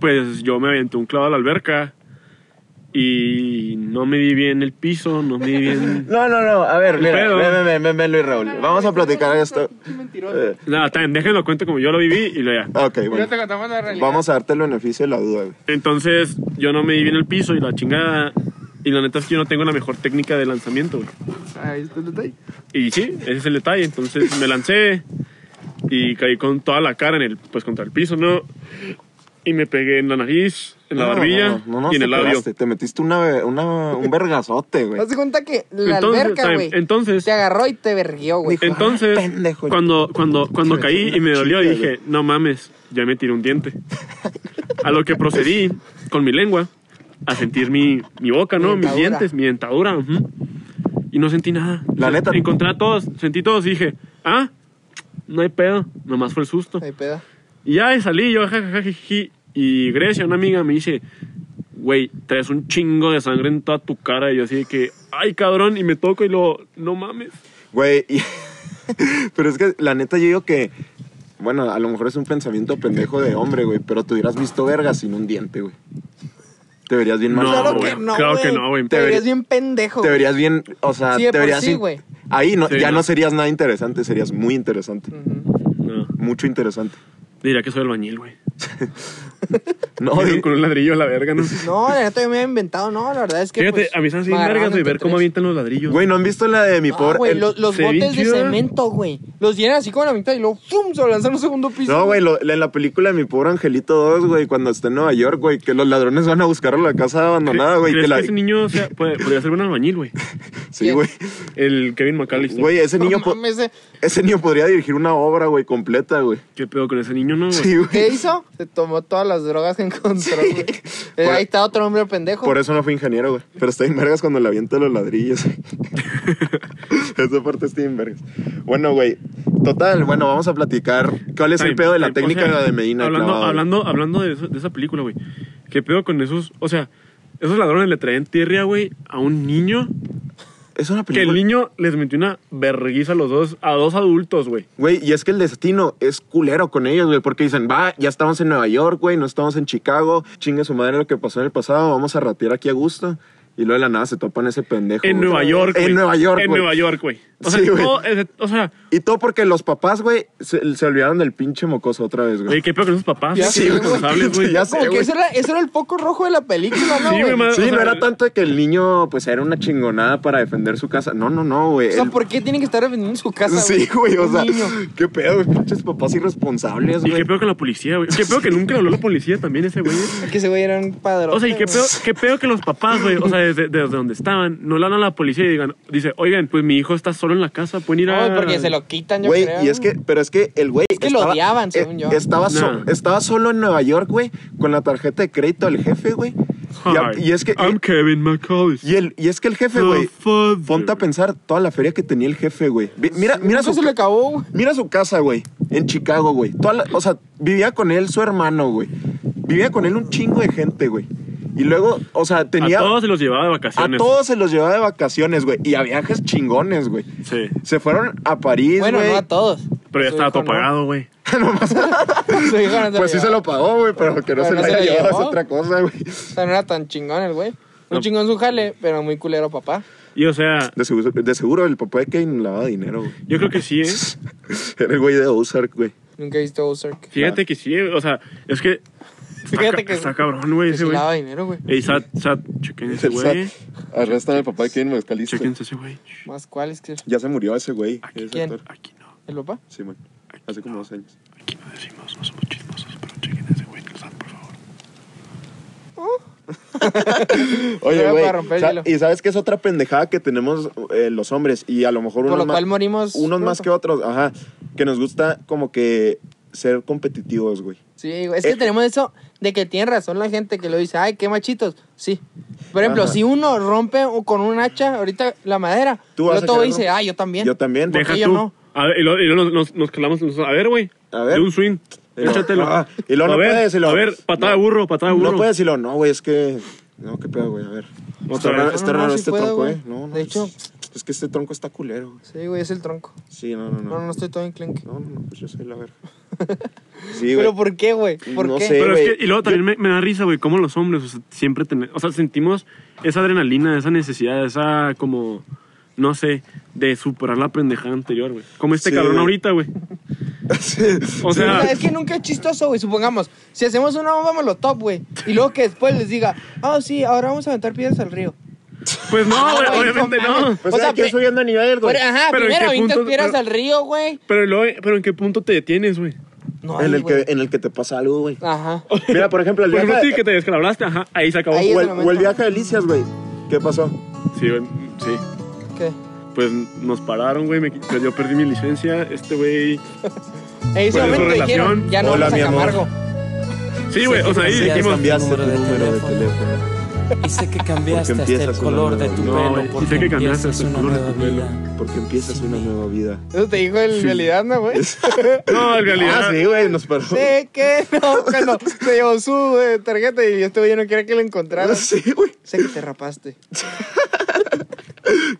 [SPEAKER 2] pues yo me aventé un clavo a la alberca y no me di bien el piso, no me di bien.
[SPEAKER 1] No, no, no. A ver,
[SPEAKER 2] El
[SPEAKER 1] mira,
[SPEAKER 2] pedo.
[SPEAKER 1] ven, ven, ven, ven, ven, Luis Raúl. Vamos a platicar esto. Eh,
[SPEAKER 2] Nada, también déjenlo cuento como yo lo viví y lo ya.
[SPEAKER 1] ok, bueno. Vamos a darte el beneficio de la duda, güey.
[SPEAKER 2] Entonces, yo no me di bien el piso y la chingada. Y la neta es que yo no tengo la mejor técnica de lanzamiento, güey. Y sí, ese es el detalle. Entonces me lancé y caí con toda la cara en el, pues contra el piso, ¿no? Y me pegué en la nariz, en la
[SPEAKER 1] No,
[SPEAKER 2] barbilla
[SPEAKER 1] no, no, no,
[SPEAKER 2] y en
[SPEAKER 1] te
[SPEAKER 2] el labio.
[SPEAKER 1] pegaste, Te metiste una, una, un vergazote, güey.
[SPEAKER 3] Haz de cuenta que la
[SPEAKER 2] Entonces,
[SPEAKER 3] alberca,
[SPEAKER 2] time,
[SPEAKER 3] güey.
[SPEAKER 2] entonces-
[SPEAKER 3] Te agarró y te verguió, güey.
[SPEAKER 1] Dijo,
[SPEAKER 2] Entonces,
[SPEAKER 1] "Ah, pendejo".
[SPEAKER 2] cuando, cuando, cuando caí y me dolió,
[SPEAKER 1] Chica,
[SPEAKER 2] dije, no mames, ya me tiré un diente. A lo que procedí con mi lengua a sentir mi, mi boca, ¿no?
[SPEAKER 3] Mi
[SPEAKER 2] Mis
[SPEAKER 3] dentadura.
[SPEAKER 2] dientes, mi dentadura. ujú. Y no sentí nada.
[SPEAKER 1] La
[SPEAKER 2] O sea,
[SPEAKER 1] neta.
[SPEAKER 2] Encontré a todos, sentí todos y dije, ah, no hay pedo, nomás fue el susto.
[SPEAKER 3] Ay, peda.
[SPEAKER 2] Y ya salí yo, jajajajiji. Y Grecia, una amiga, me dice, güey, traes un chingo de sangre en toda tu cara. Y yo así de que, ay, cabrón, y me toco y luego, no mames.
[SPEAKER 1] Güey, y- pero es que la neta yo digo que, bueno, a lo mejor es un pensamiento pendejo de hombre, güey, pero te hubieras visto verga sin un diente, güey. Te verías bien mal.
[SPEAKER 3] Claro
[SPEAKER 2] güey.
[SPEAKER 3] que no.
[SPEAKER 2] Claro
[SPEAKER 3] güey.
[SPEAKER 2] que no, güey.
[SPEAKER 3] Te verías
[SPEAKER 1] Te-
[SPEAKER 3] bien pendejo.
[SPEAKER 1] Te
[SPEAKER 3] güey.
[SPEAKER 1] verías bien, o sea,
[SPEAKER 3] Sí, de
[SPEAKER 1] te
[SPEAKER 3] por
[SPEAKER 1] verías
[SPEAKER 3] sí,
[SPEAKER 1] in-
[SPEAKER 3] güey.
[SPEAKER 1] Ahí no,
[SPEAKER 2] Sí,
[SPEAKER 1] ya no.
[SPEAKER 2] ¿no?
[SPEAKER 1] serías nada interesante, serías
[SPEAKER 3] Mm.
[SPEAKER 1] muy interesante.
[SPEAKER 2] No,
[SPEAKER 1] Mucho interesante.
[SPEAKER 2] diría que soy albañil, güey.
[SPEAKER 1] No, digo,
[SPEAKER 2] con un ladrillo a la verga, ¿no?
[SPEAKER 3] No, la neta yo me había inventado, no, la verdad es que.
[SPEAKER 2] Fíjate,
[SPEAKER 3] pues,
[SPEAKER 2] a mí se me hacen
[SPEAKER 3] me agarraron
[SPEAKER 2] vergas, güey,
[SPEAKER 3] entre
[SPEAKER 2] ver cómo
[SPEAKER 3] tres.
[SPEAKER 2] avientan los ladrillos.
[SPEAKER 1] Güey, ¿no han visto la de mi
[SPEAKER 3] No,
[SPEAKER 1] pobre?
[SPEAKER 3] Ah, güey,
[SPEAKER 1] el-
[SPEAKER 3] lo- los
[SPEAKER 2] se
[SPEAKER 3] botes de
[SPEAKER 2] vinció.
[SPEAKER 3] cemento, güey. Los llenan así con la mitad y luego ¡pum! se lo lanzan a un segundo piso.
[SPEAKER 1] No, güey, lo- en la película de mi pobre Angelito 2, güey, cuando está en Nueva York, güey, que los ladrones van a buscar a la casa abandonada, güey.
[SPEAKER 2] ¿Crees
[SPEAKER 1] que la-
[SPEAKER 2] que ese niño o sea, puede- podría ser un albañil, güey?
[SPEAKER 1] Sí, güey.
[SPEAKER 2] El Kevin McAllister.
[SPEAKER 1] Güey, ese
[SPEAKER 3] No
[SPEAKER 1] niño, po-
[SPEAKER 3] mames, eh.
[SPEAKER 1] ese niño podría dirigir una obra, güey, completa, güey.
[SPEAKER 2] ¿Qué pedo con ese niño, no, güey?
[SPEAKER 1] Sí, güey.
[SPEAKER 3] ¿Qué hizo? Se tomó todas las drogas que encontró, güey. Eh,
[SPEAKER 1] Por-
[SPEAKER 3] Ahí está otro hombre pendejo.
[SPEAKER 1] Por eso no fui ingeniero, güey. Pero está en vergas cuando le aviento los ladrillos. güey. Esa parte está en vergas. Bueno, güey. Total, bueno, vamos a platicar. ¿Cuál es el
[SPEAKER 2] Time,
[SPEAKER 1] pedo de la
[SPEAKER 2] time.
[SPEAKER 1] técnica
[SPEAKER 2] O sea,
[SPEAKER 1] de Medina?
[SPEAKER 2] Hablando,
[SPEAKER 1] clavado?
[SPEAKER 2] hablando, hablando de, eso- de esa película, güey. ¿Qué pedo con esos? O sea, esos ladrones le traían tierra, güey, a un niño.
[SPEAKER 1] Es una
[SPEAKER 2] Que
[SPEAKER 1] película.
[SPEAKER 2] el niño les metió una verguiza a los dos, a dos adultos, güey.
[SPEAKER 1] Güey, y es que el destino es culero con ellos, güey, porque dicen, va, ya estamos en Nueva York, güey, no estamos en Chicago, chingue su madre lo que pasó en el pasado, vamos a ratear aquí a gusto. Y luego de la nada se topan ese pendejo.
[SPEAKER 2] En
[SPEAKER 1] güey.
[SPEAKER 2] Nueva York,
[SPEAKER 1] En
[SPEAKER 2] güey.
[SPEAKER 1] Nueva York,
[SPEAKER 2] En
[SPEAKER 1] güey.
[SPEAKER 2] Nueva York, güey. O sea,
[SPEAKER 1] Sí, güey.
[SPEAKER 2] todo ese- o sea,
[SPEAKER 1] Y todo porque los papás, güey, se, se olvidaron del pinche mocoso otra vez, güey.
[SPEAKER 2] güey, qué pedo con esos papás.
[SPEAKER 3] Ya
[SPEAKER 2] güey,
[SPEAKER 3] sé,
[SPEAKER 2] qué
[SPEAKER 3] güey.
[SPEAKER 2] responsables, güey.
[SPEAKER 1] Ya
[SPEAKER 3] Como
[SPEAKER 1] sé,
[SPEAKER 3] que
[SPEAKER 1] güey.
[SPEAKER 3] eso era, eso era el poco rojo de la película, ¿no?
[SPEAKER 2] Sí, güey,
[SPEAKER 3] güey?
[SPEAKER 2] madre.
[SPEAKER 1] Sí,
[SPEAKER 2] o sea,
[SPEAKER 1] no era tanto que el niño, pues, era una chingonada para defender su casa. No, no, no, güey.
[SPEAKER 3] O sea,
[SPEAKER 1] El-
[SPEAKER 3] ¿por qué tienen que estar defendiendo en su casa?
[SPEAKER 1] Sí, güey, o
[SPEAKER 3] Un
[SPEAKER 1] sea,
[SPEAKER 3] niño.
[SPEAKER 1] qué pedo, güey, pinches papás irresponsables,
[SPEAKER 2] ¿Y
[SPEAKER 1] güey.
[SPEAKER 2] qué pedo con la policía, güey? ¿Qué pedo que nunca le habló la policía también ese güey? ¿eh?
[SPEAKER 3] Que ese güey era un padrón.
[SPEAKER 2] O sea, ¿y qué pedo, qué pedo que los papás, güey, o sea, desde, desde donde estaban, no le hablan a la policía y digan, dice, oigan, pues mi hijo está solo en la casa, pueden ir a...
[SPEAKER 3] No, porque se lo quitan, yo
[SPEAKER 1] Güey,
[SPEAKER 3] creo.
[SPEAKER 1] y es que, pero es que el güey. eh,
[SPEAKER 3] que lo odiaban, según yo.
[SPEAKER 1] Estaba, so-
[SPEAKER 2] No.
[SPEAKER 1] estaba solo en Nueva York, güey, con la tarjeta de crédito del jefe, güey. Y a-
[SPEAKER 2] Hi,
[SPEAKER 1] Y, es que.
[SPEAKER 2] I'm Kevin McCallister.
[SPEAKER 1] Y, el, y es que el jefe,
[SPEAKER 2] The
[SPEAKER 1] güey.
[SPEAKER 2] father.
[SPEAKER 1] Ponte a pensar toda la feria que tenía el jefe, güey. Vi- Mira, mira
[SPEAKER 3] Nunca
[SPEAKER 1] su.
[SPEAKER 3] se le acabó, güey.
[SPEAKER 1] Mira su casa, güey. En Chicago, güey. Toda la- o sea, vivía con él su hermano, güey. Vivía con él un chingo de gente, güey. Y luego, o sea, tenía.
[SPEAKER 2] A todos se los llevaba de
[SPEAKER 1] a
[SPEAKER 2] vacaciones.
[SPEAKER 1] todos se los llevaba de vacaciones, güey. Y a viajes chingones, güey.
[SPEAKER 2] Sí,
[SPEAKER 1] Se fueron a París, güey.
[SPEAKER 3] Bueno, no a todos.
[SPEAKER 2] pero ya
[SPEAKER 3] Su
[SPEAKER 2] estaba
[SPEAKER 3] hijo
[SPEAKER 2] todo
[SPEAKER 3] no.
[SPEAKER 2] pagado, güey.
[SPEAKER 3] Su hijo no
[SPEAKER 1] Pues sí se
[SPEAKER 3] llevaba.
[SPEAKER 1] lo pagó, güey, pero que no
[SPEAKER 3] Pero
[SPEAKER 1] se
[SPEAKER 3] no
[SPEAKER 1] lo
[SPEAKER 3] se
[SPEAKER 1] haya
[SPEAKER 3] lo
[SPEAKER 1] llevado es
[SPEAKER 3] llevó.
[SPEAKER 1] otra cosa, güey.
[SPEAKER 3] O sea, no era tan chingón el güey. Un
[SPEAKER 2] No.
[SPEAKER 3] chingón su jale, pero muy culero papá.
[SPEAKER 2] Y o sea,
[SPEAKER 1] De seguro, de seguro el papá de Kane lavaba dinero, güey.
[SPEAKER 2] yo creo que sí, ¿eh?
[SPEAKER 1] Era el güey de Ozark, güey.
[SPEAKER 3] Nunca he visto Ozark.
[SPEAKER 2] Fíjate que sí, eh, o sea, es que... Está,
[SPEAKER 3] Fíjate
[SPEAKER 2] ca-
[SPEAKER 3] que-
[SPEAKER 2] Está cabrón, güey,
[SPEAKER 3] Que
[SPEAKER 2] ese
[SPEAKER 3] se
[SPEAKER 2] güey.
[SPEAKER 3] lava dinero, güey.
[SPEAKER 2] Ey, Sat, Sat, chequen ese güey.
[SPEAKER 1] Arrestan al papá de Kane Mezcalista.
[SPEAKER 2] Chequense ese güey. Shh,
[SPEAKER 3] Más cuál es que
[SPEAKER 1] Ya se murió ese güey. ese
[SPEAKER 3] ¿Quién?
[SPEAKER 1] actor.
[SPEAKER 2] Aquí no,
[SPEAKER 3] el papá.
[SPEAKER 1] Sí, güey. Hace como dos años.
[SPEAKER 2] aquí no decimos, no somos chismosos, pero chequen ese güey, Sat, por favor.
[SPEAKER 1] Oye,
[SPEAKER 3] Era
[SPEAKER 1] güey.
[SPEAKER 3] para romper el
[SPEAKER 1] sa-
[SPEAKER 3] hielo.
[SPEAKER 1] Y sabes que es otra pendejada que tenemos eh, los hombres. Y a lo mejor
[SPEAKER 3] Por
[SPEAKER 1] unos,
[SPEAKER 3] lo
[SPEAKER 1] más,
[SPEAKER 3] cual morimos.
[SPEAKER 1] unos más que
[SPEAKER 3] pronto.
[SPEAKER 1] otros. Ajá. Que nos gusta como que ser competitivos, güey.
[SPEAKER 3] Sí, güey. Es que
[SPEAKER 1] Eh.
[SPEAKER 3] tenemos eso de que tiene razón la gente que lo dice, ay, qué machitos. Sí. Por ejemplo,
[SPEAKER 1] Ajá.
[SPEAKER 3] si uno rompe o- con un hacha ahorita la madera,
[SPEAKER 1] Tú
[SPEAKER 3] el
[SPEAKER 1] vas a
[SPEAKER 3] otro
[SPEAKER 1] hacer
[SPEAKER 3] dice,
[SPEAKER 1] algo.
[SPEAKER 3] ah, yo también.
[SPEAKER 1] Yo también.
[SPEAKER 3] ¿Por
[SPEAKER 2] Deja
[SPEAKER 3] qué
[SPEAKER 2] tú.
[SPEAKER 3] yo no?
[SPEAKER 2] A ver, y luego, y luego nos, nos calamos nosotros. A ver, güey.
[SPEAKER 1] A ver.
[SPEAKER 2] De un swing.
[SPEAKER 1] Y luego-
[SPEAKER 2] Échatelo.
[SPEAKER 1] Ah, y luego
[SPEAKER 2] a
[SPEAKER 1] no
[SPEAKER 2] ver,
[SPEAKER 1] puedes, y luego-
[SPEAKER 2] A ver, patada
[SPEAKER 1] no.
[SPEAKER 2] de burro, patada de burro.
[SPEAKER 1] No puedes decirlo, no, güey, es que. No, qué pedo, güey, a ver. Está
[SPEAKER 2] Otra vez.
[SPEAKER 1] raro,
[SPEAKER 2] No,
[SPEAKER 1] está
[SPEAKER 3] no,
[SPEAKER 1] raro
[SPEAKER 3] sí
[SPEAKER 1] este
[SPEAKER 3] puedo,
[SPEAKER 1] tronco,
[SPEAKER 3] güey.
[SPEAKER 1] eh. No, no.
[SPEAKER 3] De hecho-
[SPEAKER 1] Es, es que este tronco está culero, güey.
[SPEAKER 3] Sí, güey, es el tronco.
[SPEAKER 1] Sí, no, no,
[SPEAKER 3] No,
[SPEAKER 1] no.
[SPEAKER 3] no estoy todo enclenque.
[SPEAKER 1] No, no, no, pues yo soy la verga. Sí, güey.
[SPEAKER 3] Pero ¿por qué, güey? ¿Por
[SPEAKER 1] No
[SPEAKER 3] qué?
[SPEAKER 1] sé.
[SPEAKER 2] Pero es
[SPEAKER 1] güey.
[SPEAKER 2] que, y luego también me, me da risa, güey, cómo los hombres o sea, siempre tenemos, o sea, sentimos esa adrenalina, esa necesidad, esa como, no sé, de superar la pendejada anterior, güey. Como este
[SPEAKER 1] Sí,
[SPEAKER 2] cabrón
[SPEAKER 1] güey.
[SPEAKER 2] ahorita, güey. O
[SPEAKER 3] O sea,
[SPEAKER 2] sea,
[SPEAKER 3] es que nunca es chistoso, güey. Supongamos, si hacemos una bomba molotov, güey, y luego que después les diga, ah, sí, ahora vamos a aventar piedras al río.
[SPEAKER 2] pues no, güey,
[SPEAKER 3] güey,
[SPEAKER 2] obviamente
[SPEAKER 3] no
[SPEAKER 2] no.
[SPEAKER 3] mames.
[SPEAKER 1] Pues
[SPEAKER 3] o
[SPEAKER 1] o sea,
[SPEAKER 3] sea,
[SPEAKER 1] aquí
[SPEAKER 3] pe-
[SPEAKER 1] subiendo a nivel, güey.
[SPEAKER 3] Pero, ajá,
[SPEAKER 2] Pero ¿en
[SPEAKER 3] primero
[SPEAKER 2] qué
[SPEAKER 3] avientas
[SPEAKER 2] punto-
[SPEAKER 3] piedras
[SPEAKER 2] pero-
[SPEAKER 3] al río, güey.
[SPEAKER 2] Pero, luego, pero en qué punto te detienes, güey.
[SPEAKER 3] No,
[SPEAKER 1] en,
[SPEAKER 3] ahí,
[SPEAKER 1] el
[SPEAKER 3] güey.
[SPEAKER 1] que, en el que te pasa algo, güey.
[SPEAKER 3] Ajá.
[SPEAKER 1] Mira, por ejemplo, el
[SPEAKER 2] Por
[SPEAKER 1] viaje.
[SPEAKER 2] ejemplo, sí, que Pues te descalabraste, ajá, ahí se acabó.
[SPEAKER 3] Ahí-
[SPEAKER 1] o, el,
[SPEAKER 3] en el
[SPEAKER 1] o el
[SPEAKER 3] momento.
[SPEAKER 1] viaje de Alicias, güey. ¿Qué pasó?
[SPEAKER 2] Sí, güey, sí.
[SPEAKER 3] ¿Qué?
[SPEAKER 2] Pues nos pararon, güey, me qui- yo perdí mi licencia, este güey...
[SPEAKER 3] En ese
[SPEAKER 2] Pues, en su
[SPEAKER 3] momento dijeron,
[SPEAKER 2] relación.
[SPEAKER 3] ya no
[SPEAKER 1] Hola,
[SPEAKER 3] vamos a
[SPEAKER 1] mi amor.
[SPEAKER 3] Camargo.
[SPEAKER 2] Sí, güey, o sea, ahí
[SPEAKER 4] Sí, ya
[SPEAKER 2] dijimos...
[SPEAKER 1] cambiaste tu
[SPEAKER 4] número de
[SPEAKER 1] número de
[SPEAKER 4] teléfono.
[SPEAKER 1] teléfono.
[SPEAKER 4] Y sé que cambiaste
[SPEAKER 1] Porque
[SPEAKER 4] hasta el
[SPEAKER 1] empiezas una
[SPEAKER 4] color de
[SPEAKER 1] nueva
[SPEAKER 4] tu
[SPEAKER 1] vida.
[SPEAKER 2] No,
[SPEAKER 4] pelo.
[SPEAKER 2] güey, y sé
[SPEAKER 4] porque
[SPEAKER 2] que cambiaste
[SPEAKER 4] empiezas
[SPEAKER 2] hasta el
[SPEAKER 4] una
[SPEAKER 2] color de
[SPEAKER 4] nueva
[SPEAKER 2] tu pelo.
[SPEAKER 4] vida.
[SPEAKER 1] Porque empiezas una nueva vida.
[SPEAKER 3] Eso te dijo el realidad, ¿no, güey?
[SPEAKER 2] No, en realidad...
[SPEAKER 1] Ah, sí, güey, nos paró.
[SPEAKER 3] sé que no, cuando se llevó su eh, tarjeta y este güey ya no quería que lo encontrara.
[SPEAKER 1] Sí, güey.
[SPEAKER 3] Sé que te rapaste.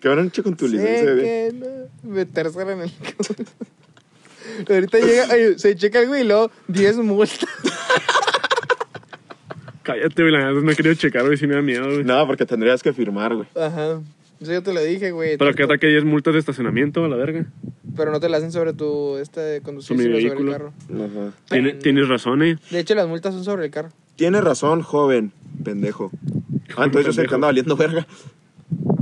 [SPEAKER 1] Que habrán hecho con tu
[SPEAKER 3] sé
[SPEAKER 1] licencia, güey.
[SPEAKER 3] que no. Me tercera en el Ahorita llega, ay, se checa el güey y luego 10 multas.
[SPEAKER 2] Cállate, güey, la verdad no he querido checar, güey, si me da miedo, güey.
[SPEAKER 1] No, porque tendrías que firmar, güey.
[SPEAKER 3] Ajá. Eso yo te lo dije, güey.
[SPEAKER 2] Pero que ataque 10 multas de estacionamiento a la verga.
[SPEAKER 3] Pero no te la hacen sobre tu este de conducir,
[SPEAKER 2] Sobre mi
[SPEAKER 3] sino sobre el
[SPEAKER 2] vehículo.
[SPEAKER 3] carro.
[SPEAKER 1] Ajá.
[SPEAKER 2] Tiene- tienes razón, eh.
[SPEAKER 3] De hecho, las multas son sobre el carro.
[SPEAKER 1] Tiene razón, joven. Pendejo. Ah, entonces yo soy el que anda valiendo verga.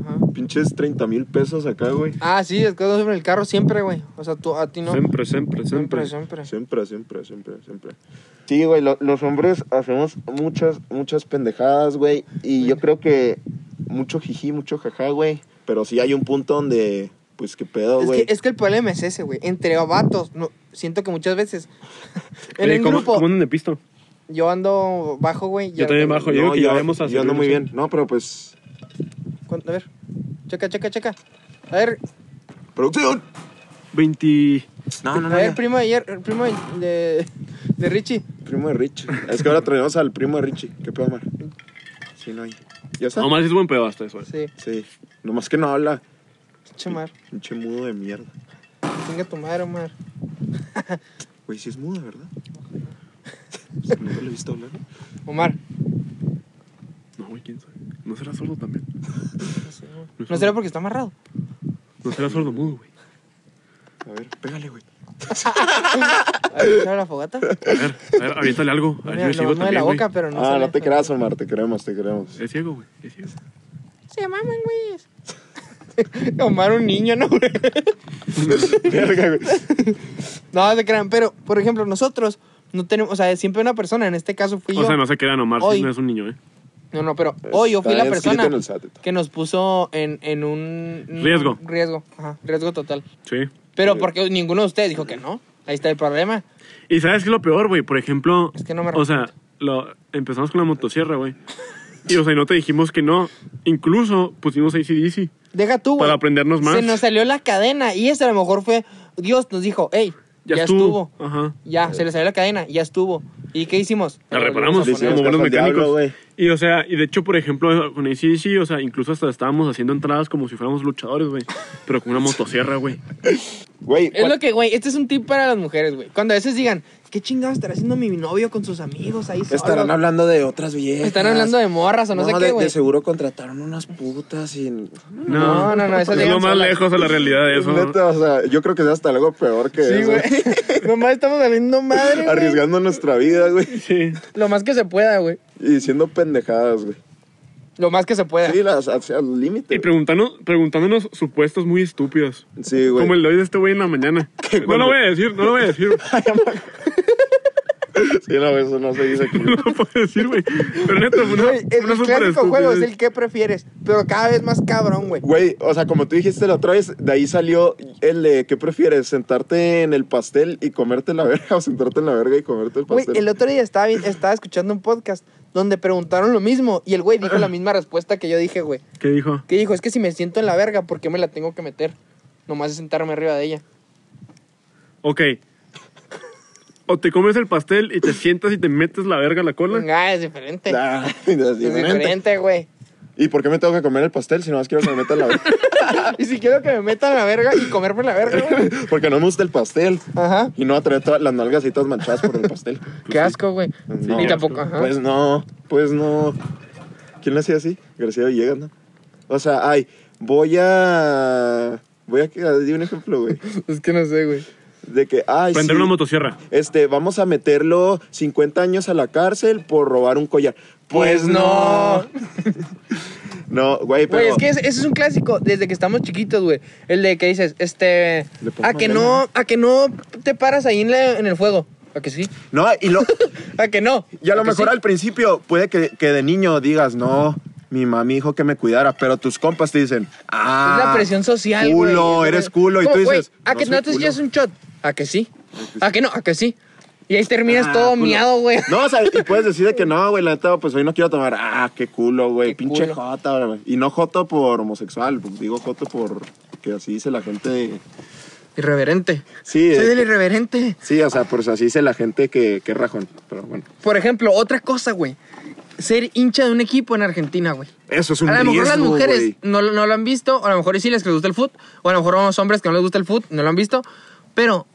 [SPEAKER 3] Ajá.
[SPEAKER 1] Pinches 30 mil pesos acá, güey.
[SPEAKER 3] Ah, sí, es que son sobre el carro siempre, güey. O sea, tú, a ti no.
[SPEAKER 2] Siempre, siempre, siempre.
[SPEAKER 3] siempre. siempre.
[SPEAKER 1] Siempre, siempre, siempre, siempre. Sí, güey, lo- los hombres hacemos muchas, muchas pendejadas, güey. Y yo creo que mucho jiji, mucho jaja, güey. Pero sí hay un punto donde, pues, qué pedo,
[SPEAKER 3] Es
[SPEAKER 1] güey.
[SPEAKER 3] que, es que el problema es ese, güey. Entre vatos, no, siento que muchas veces. en
[SPEAKER 2] Oye,
[SPEAKER 3] el
[SPEAKER 2] ¿cómo-
[SPEAKER 3] grupo,
[SPEAKER 2] ¿Cómo andan de pisto?
[SPEAKER 3] yo ando bajo, güey. y
[SPEAKER 2] Yo también bajo. yo creo que ya vamos a
[SPEAKER 1] yo ando
[SPEAKER 2] hacer
[SPEAKER 1] muy
[SPEAKER 2] una-
[SPEAKER 1] bien. No, pero pues,
[SPEAKER 3] ¿Cuán- A ver, checa, checa, checa. A ver,
[SPEAKER 1] producción.
[SPEAKER 2] 20.
[SPEAKER 1] No, no,
[SPEAKER 3] a
[SPEAKER 1] no.
[SPEAKER 3] ver,
[SPEAKER 1] ya.
[SPEAKER 3] primo de ayer, el primo de- de, de Richie.
[SPEAKER 1] Primo de Richie. Es que ahora traemos al primo de Richie. ¿Qué pedo, Mar? Sí, no hay. ¿Ya está?
[SPEAKER 2] No más es buen pedo hasta eso. eh.
[SPEAKER 3] Sí,
[SPEAKER 1] Sí. Nomás que no habla.
[SPEAKER 3] chamar.
[SPEAKER 1] Pinche mudo de mierda.
[SPEAKER 3] Venga tu madre, Omar.
[SPEAKER 1] Güey, sí es mudo, ¿verdad? Nunca lo he visto hablar.
[SPEAKER 3] Omar.
[SPEAKER 2] No, güey, quién sabe. No será sordo también.
[SPEAKER 3] No sé, güey. ¿No será porque está amarrado?
[SPEAKER 2] No será sordo mudo, güey.
[SPEAKER 1] A ver, pégale, güey.
[SPEAKER 3] A ver, ¿sabe la fogata?
[SPEAKER 2] A ver, a ver, aviéntale algo. A ver, yo
[SPEAKER 3] Mira,
[SPEAKER 2] es ciego
[SPEAKER 3] lo mueve la
[SPEAKER 2] también, güey.
[SPEAKER 3] boca, pero no
[SPEAKER 1] ah,
[SPEAKER 3] sabe.
[SPEAKER 1] no te creas, Omar. Te queremos, te queremos.
[SPEAKER 2] Es ciego, güey. Es ciego.
[SPEAKER 3] Se maman, güey. Omar un niño, ¿no, güey?
[SPEAKER 1] Verga, güey.
[SPEAKER 3] No, no te crean, pero, por ejemplo, nosotros no tenemos, o sea, siempre una persona, en este caso fui yo.
[SPEAKER 2] O sea, no se crean, Omar,
[SPEAKER 3] Hoy.
[SPEAKER 2] si no es un niño, eh.
[SPEAKER 3] No, no, pero hoy yo fui
[SPEAKER 1] Está
[SPEAKER 3] la
[SPEAKER 1] inscrito
[SPEAKER 3] persona
[SPEAKER 1] en el SAT, está.
[SPEAKER 3] que nos puso en, en un un
[SPEAKER 2] Riesgo.
[SPEAKER 3] Riesgo, ajá, riesgo total.
[SPEAKER 2] Sí.
[SPEAKER 3] Pero porque ninguno de ustedes dijo que no. Ahí está el problema.
[SPEAKER 2] Y sabes qué es lo peor, güey. Por ejemplo,
[SPEAKER 3] Es que no me
[SPEAKER 2] o sea, lo, empezamos con la motosierra, güey. Y, o sea, y no te dijimos que no. Incluso pusimos ACDC.
[SPEAKER 3] Deja tú, güey.
[SPEAKER 2] Para aprendernos más.
[SPEAKER 3] Se nos salió la cadena y eso a lo mejor fue, Dios nos dijo, hey, ya, estuvo.
[SPEAKER 2] Ajá.
[SPEAKER 3] Ya, se le salió la cadena, ya estuvo. ¿Y qué hicimos?
[SPEAKER 2] La
[SPEAKER 3] Lo
[SPEAKER 2] reparamos
[SPEAKER 3] volvimos a
[SPEAKER 1] Dice,
[SPEAKER 2] como
[SPEAKER 3] poner.
[SPEAKER 2] buenos
[SPEAKER 1] "Hasta el diablo,
[SPEAKER 2] mecánicos.
[SPEAKER 1] güey".
[SPEAKER 2] y, o sea, y de hecho, por ejemplo, con ACDC, o sea, incluso hasta estábamos haciendo entradas como si fuéramos luchadores, güey. Pero con una motosierra, güey.
[SPEAKER 1] Güey,
[SPEAKER 3] Es
[SPEAKER 1] ¿cuál-
[SPEAKER 3] lo que, güey, este es un tip para las mujeres, güey. Cuando a veces digan, ¿qué chingado estará haciendo mi novio con sus amigos ahí solos?
[SPEAKER 1] estarán hablando de otras viejas.
[SPEAKER 3] Están hablando de morras o no, sé
[SPEAKER 1] de-
[SPEAKER 3] qué, güey.
[SPEAKER 1] De seguro contrataron unas putas y...
[SPEAKER 3] No, no, no, esas
[SPEAKER 2] Es
[SPEAKER 3] llegan
[SPEAKER 2] lo más
[SPEAKER 3] solas.
[SPEAKER 2] lejos a la realidad de eso.
[SPEAKER 1] Neta, o sea, yo creo que es hasta algo peor que
[SPEAKER 3] Sí,
[SPEAKER 1] eso.
[SPEAKER 3] güey. Nomás estamos saliendo madre, güey.
[SPEAKER 1] Arriesgando nuestra vida, güey.
[SPEAKER 2] Sí.
[SPEAKER 3] Lo más que se pueda, güey.
[SPEAKER 1] Y diciendo pendejadas, güey.
[SPEAKER 3] Lo más que se pueda.
[SPEAKER 1] Sí, las hacia el límite.
[SPEAKER 2] Y preguntando- preguntándonos supuestos muy estúpidos.
[SPEAKER 1] Sí, güey.
[SPEAKER 2] Como el de hoy de este güey en la mañana. No
[SPEAKER 1] cuando-
[SPEAKER 2] lo voy a decir, no lo voy a decir.
[SPEAKER 1] Sí, no, eso no se dice aquí.
[SPEAKER 2] No lo puedo decir, güey. Pero neta, fue una,
[SPEAKER 3] Güey, el
[SPEAKER 2] una súper
[SPEAKER 3] clásico juego es
[SPEAKER 2] estúpida.
[SPEAKER 3] el que prefieres, pero cada vez más cabrón, güey.
[SPEAKER 1] Güey, o sea, como tú dijiste la otra vez, de ahí salió el de ¿qué prefieres? ¿Sentarte en el pastel y comerte la verga o sentarte en la verga y comerte el
[SPEAKER 3] Güey,
[SPEAKER 1] pastel?
[SPEAKER 3] el otro día estaba, vi- estaba escuchando un podcast donde preguntaron lo mismo y el güey dijo la misma respuesta que yo dije, güey.
[SPEAKER 2] ¿Qué dijo?
[SPEAKER 3] Que dijo, es que si me siento en la verga, ¿por qué me la tengo que meter? Nomás es sentarme arriba de ella.
[SPEAKER 2] Ok. O te comes el pastel y te sientas y te metes la verga a la cola.
[SPEAKER 3] Ah, es diferente.
[SPEAKER 1] Ah, es
[SPEAKER 3] es
[SPEAKER 1] diferente.
[SPEAKER 3] diferente, güey.
[SPEAKER 1] ¿Y por qué me tengo que comer el pastel si no más quiero que me metan la verga?
[SPEAKER 3] Y si quiero que me metan la verga y comerme la verga, güey.
[SPEAKER 1] Porque no me gusta el pastel.
[SPEAKER 3] Ajá.
[SPEAKER 1] Y no atrae todas las nalgas y todas manchadas por el pastel.
[SPEAKER 3] Qué asco, güey.
[SPEAKER 1] Pues No.
[SPEAKER 3] y tampoco, ajá.
[SPEAKER 1] Pues no, pues no. ¿Quién le hacía así? García Villegas, ¿no? O sea, ay, voy a... Voy a... ah, Di un ejemplo, güey.
[SPEAKER 3] Es que no sé, güey.
[SPEAKER 1] De que, ay,
[SPEAKER 2] Prender
[SPEAKER 1] sí.
[SPEAKER 2] una motosierra.
[SPEAKER 1] este, vamos a meterlo 50 años a la cárcel por robar un collar. Pues no. No, güey, pero.
[SPEAKER 3] Güey, es que ese, ese es un clásico desde que estamos chiquitos, güey. El de que dices, este,
[SPEAKER 1] Le pongo
[SPEAKER 3] a que
[SPEAKER 1] arena.
[SPEAKER 3] no, a que no te paras ahí en, la- en el fuego. A que sí,
[SPEAKER 1] No, y, lo,
[SPEAKER 3] a que no.
[SPEAKER 1] y a lo
[SPEAKER 3] que
[SPEAKER 1] mejor
[SPEAKER 3] sí.
[SPEAKER 1] al principio puede que, que de niño digas, no, mi mami dijo que me cuidara, pero tus compas te dicen, ah.
[SPEAKER 3] es la presión social, güey.
[SPEAKER 1] Culo,
[SPEAKER 3] Es-
[SPEAKER 1] eres culo. Y
[SPEAKER 3] Como,
[SPEAKER 1] tú
[SPEAKER 3] güey,
[SPEAKER 1] dices,
[SPEAKER 3] a que
[SPEAKER 1] soy
[SPEAKER 3] no te
[SPEAKER 1] culo".
[SPEAKER 3] echas un shot. A que sí, a que no, a que sí. Y ahí terminas
[SPEAKER 1] Ah,
[SPEAKER 3] todo
[SPEAKER 1] culo.
[SPEAKER 3] miado, güey.
[SPEAKER 1] No, o sea, y puedes decir de que no, güey, la neta, pues hoy no quiero tomar. Ah, qué culo, güey,
[SPEAKER 3] Qué
[SPEAKER 1] pinche
[SPEAKER 3] culo.
[SPEAKER 1] jota, güey. Y no joto por homosexual, pues, digo joto por. Que así dice la gente.
[SPEAKER 3] Irreverente.
[SPEAKER 1] Sí, eh.
[SPEAKER 3] Soy
[SPEAKER 1] es-
[SPEAKER 3] del irreverente.
[SPEAKER 1] Sí, o sea, pues así dice la gente que, que es rajón. Pero bueno,
[SPEAKER 3] Por ejemplo, otra cosa, güey. Ser hincha de un equipo en Argentina, güey.
[SPEAKER 1] eso es un
[SPEAKER 3] a lo mejor las
[SPEAKER 1] riesgo,
[SPEAKER 3] mujeres
[SPEAKER 1] güey.
[SPEAKER 3] no, lo- no lo han visto, o a lo mejor sí les que les gusta el fútbol, o a lo mejor los hombres que no les gusta el fútbol no lo han visto, pero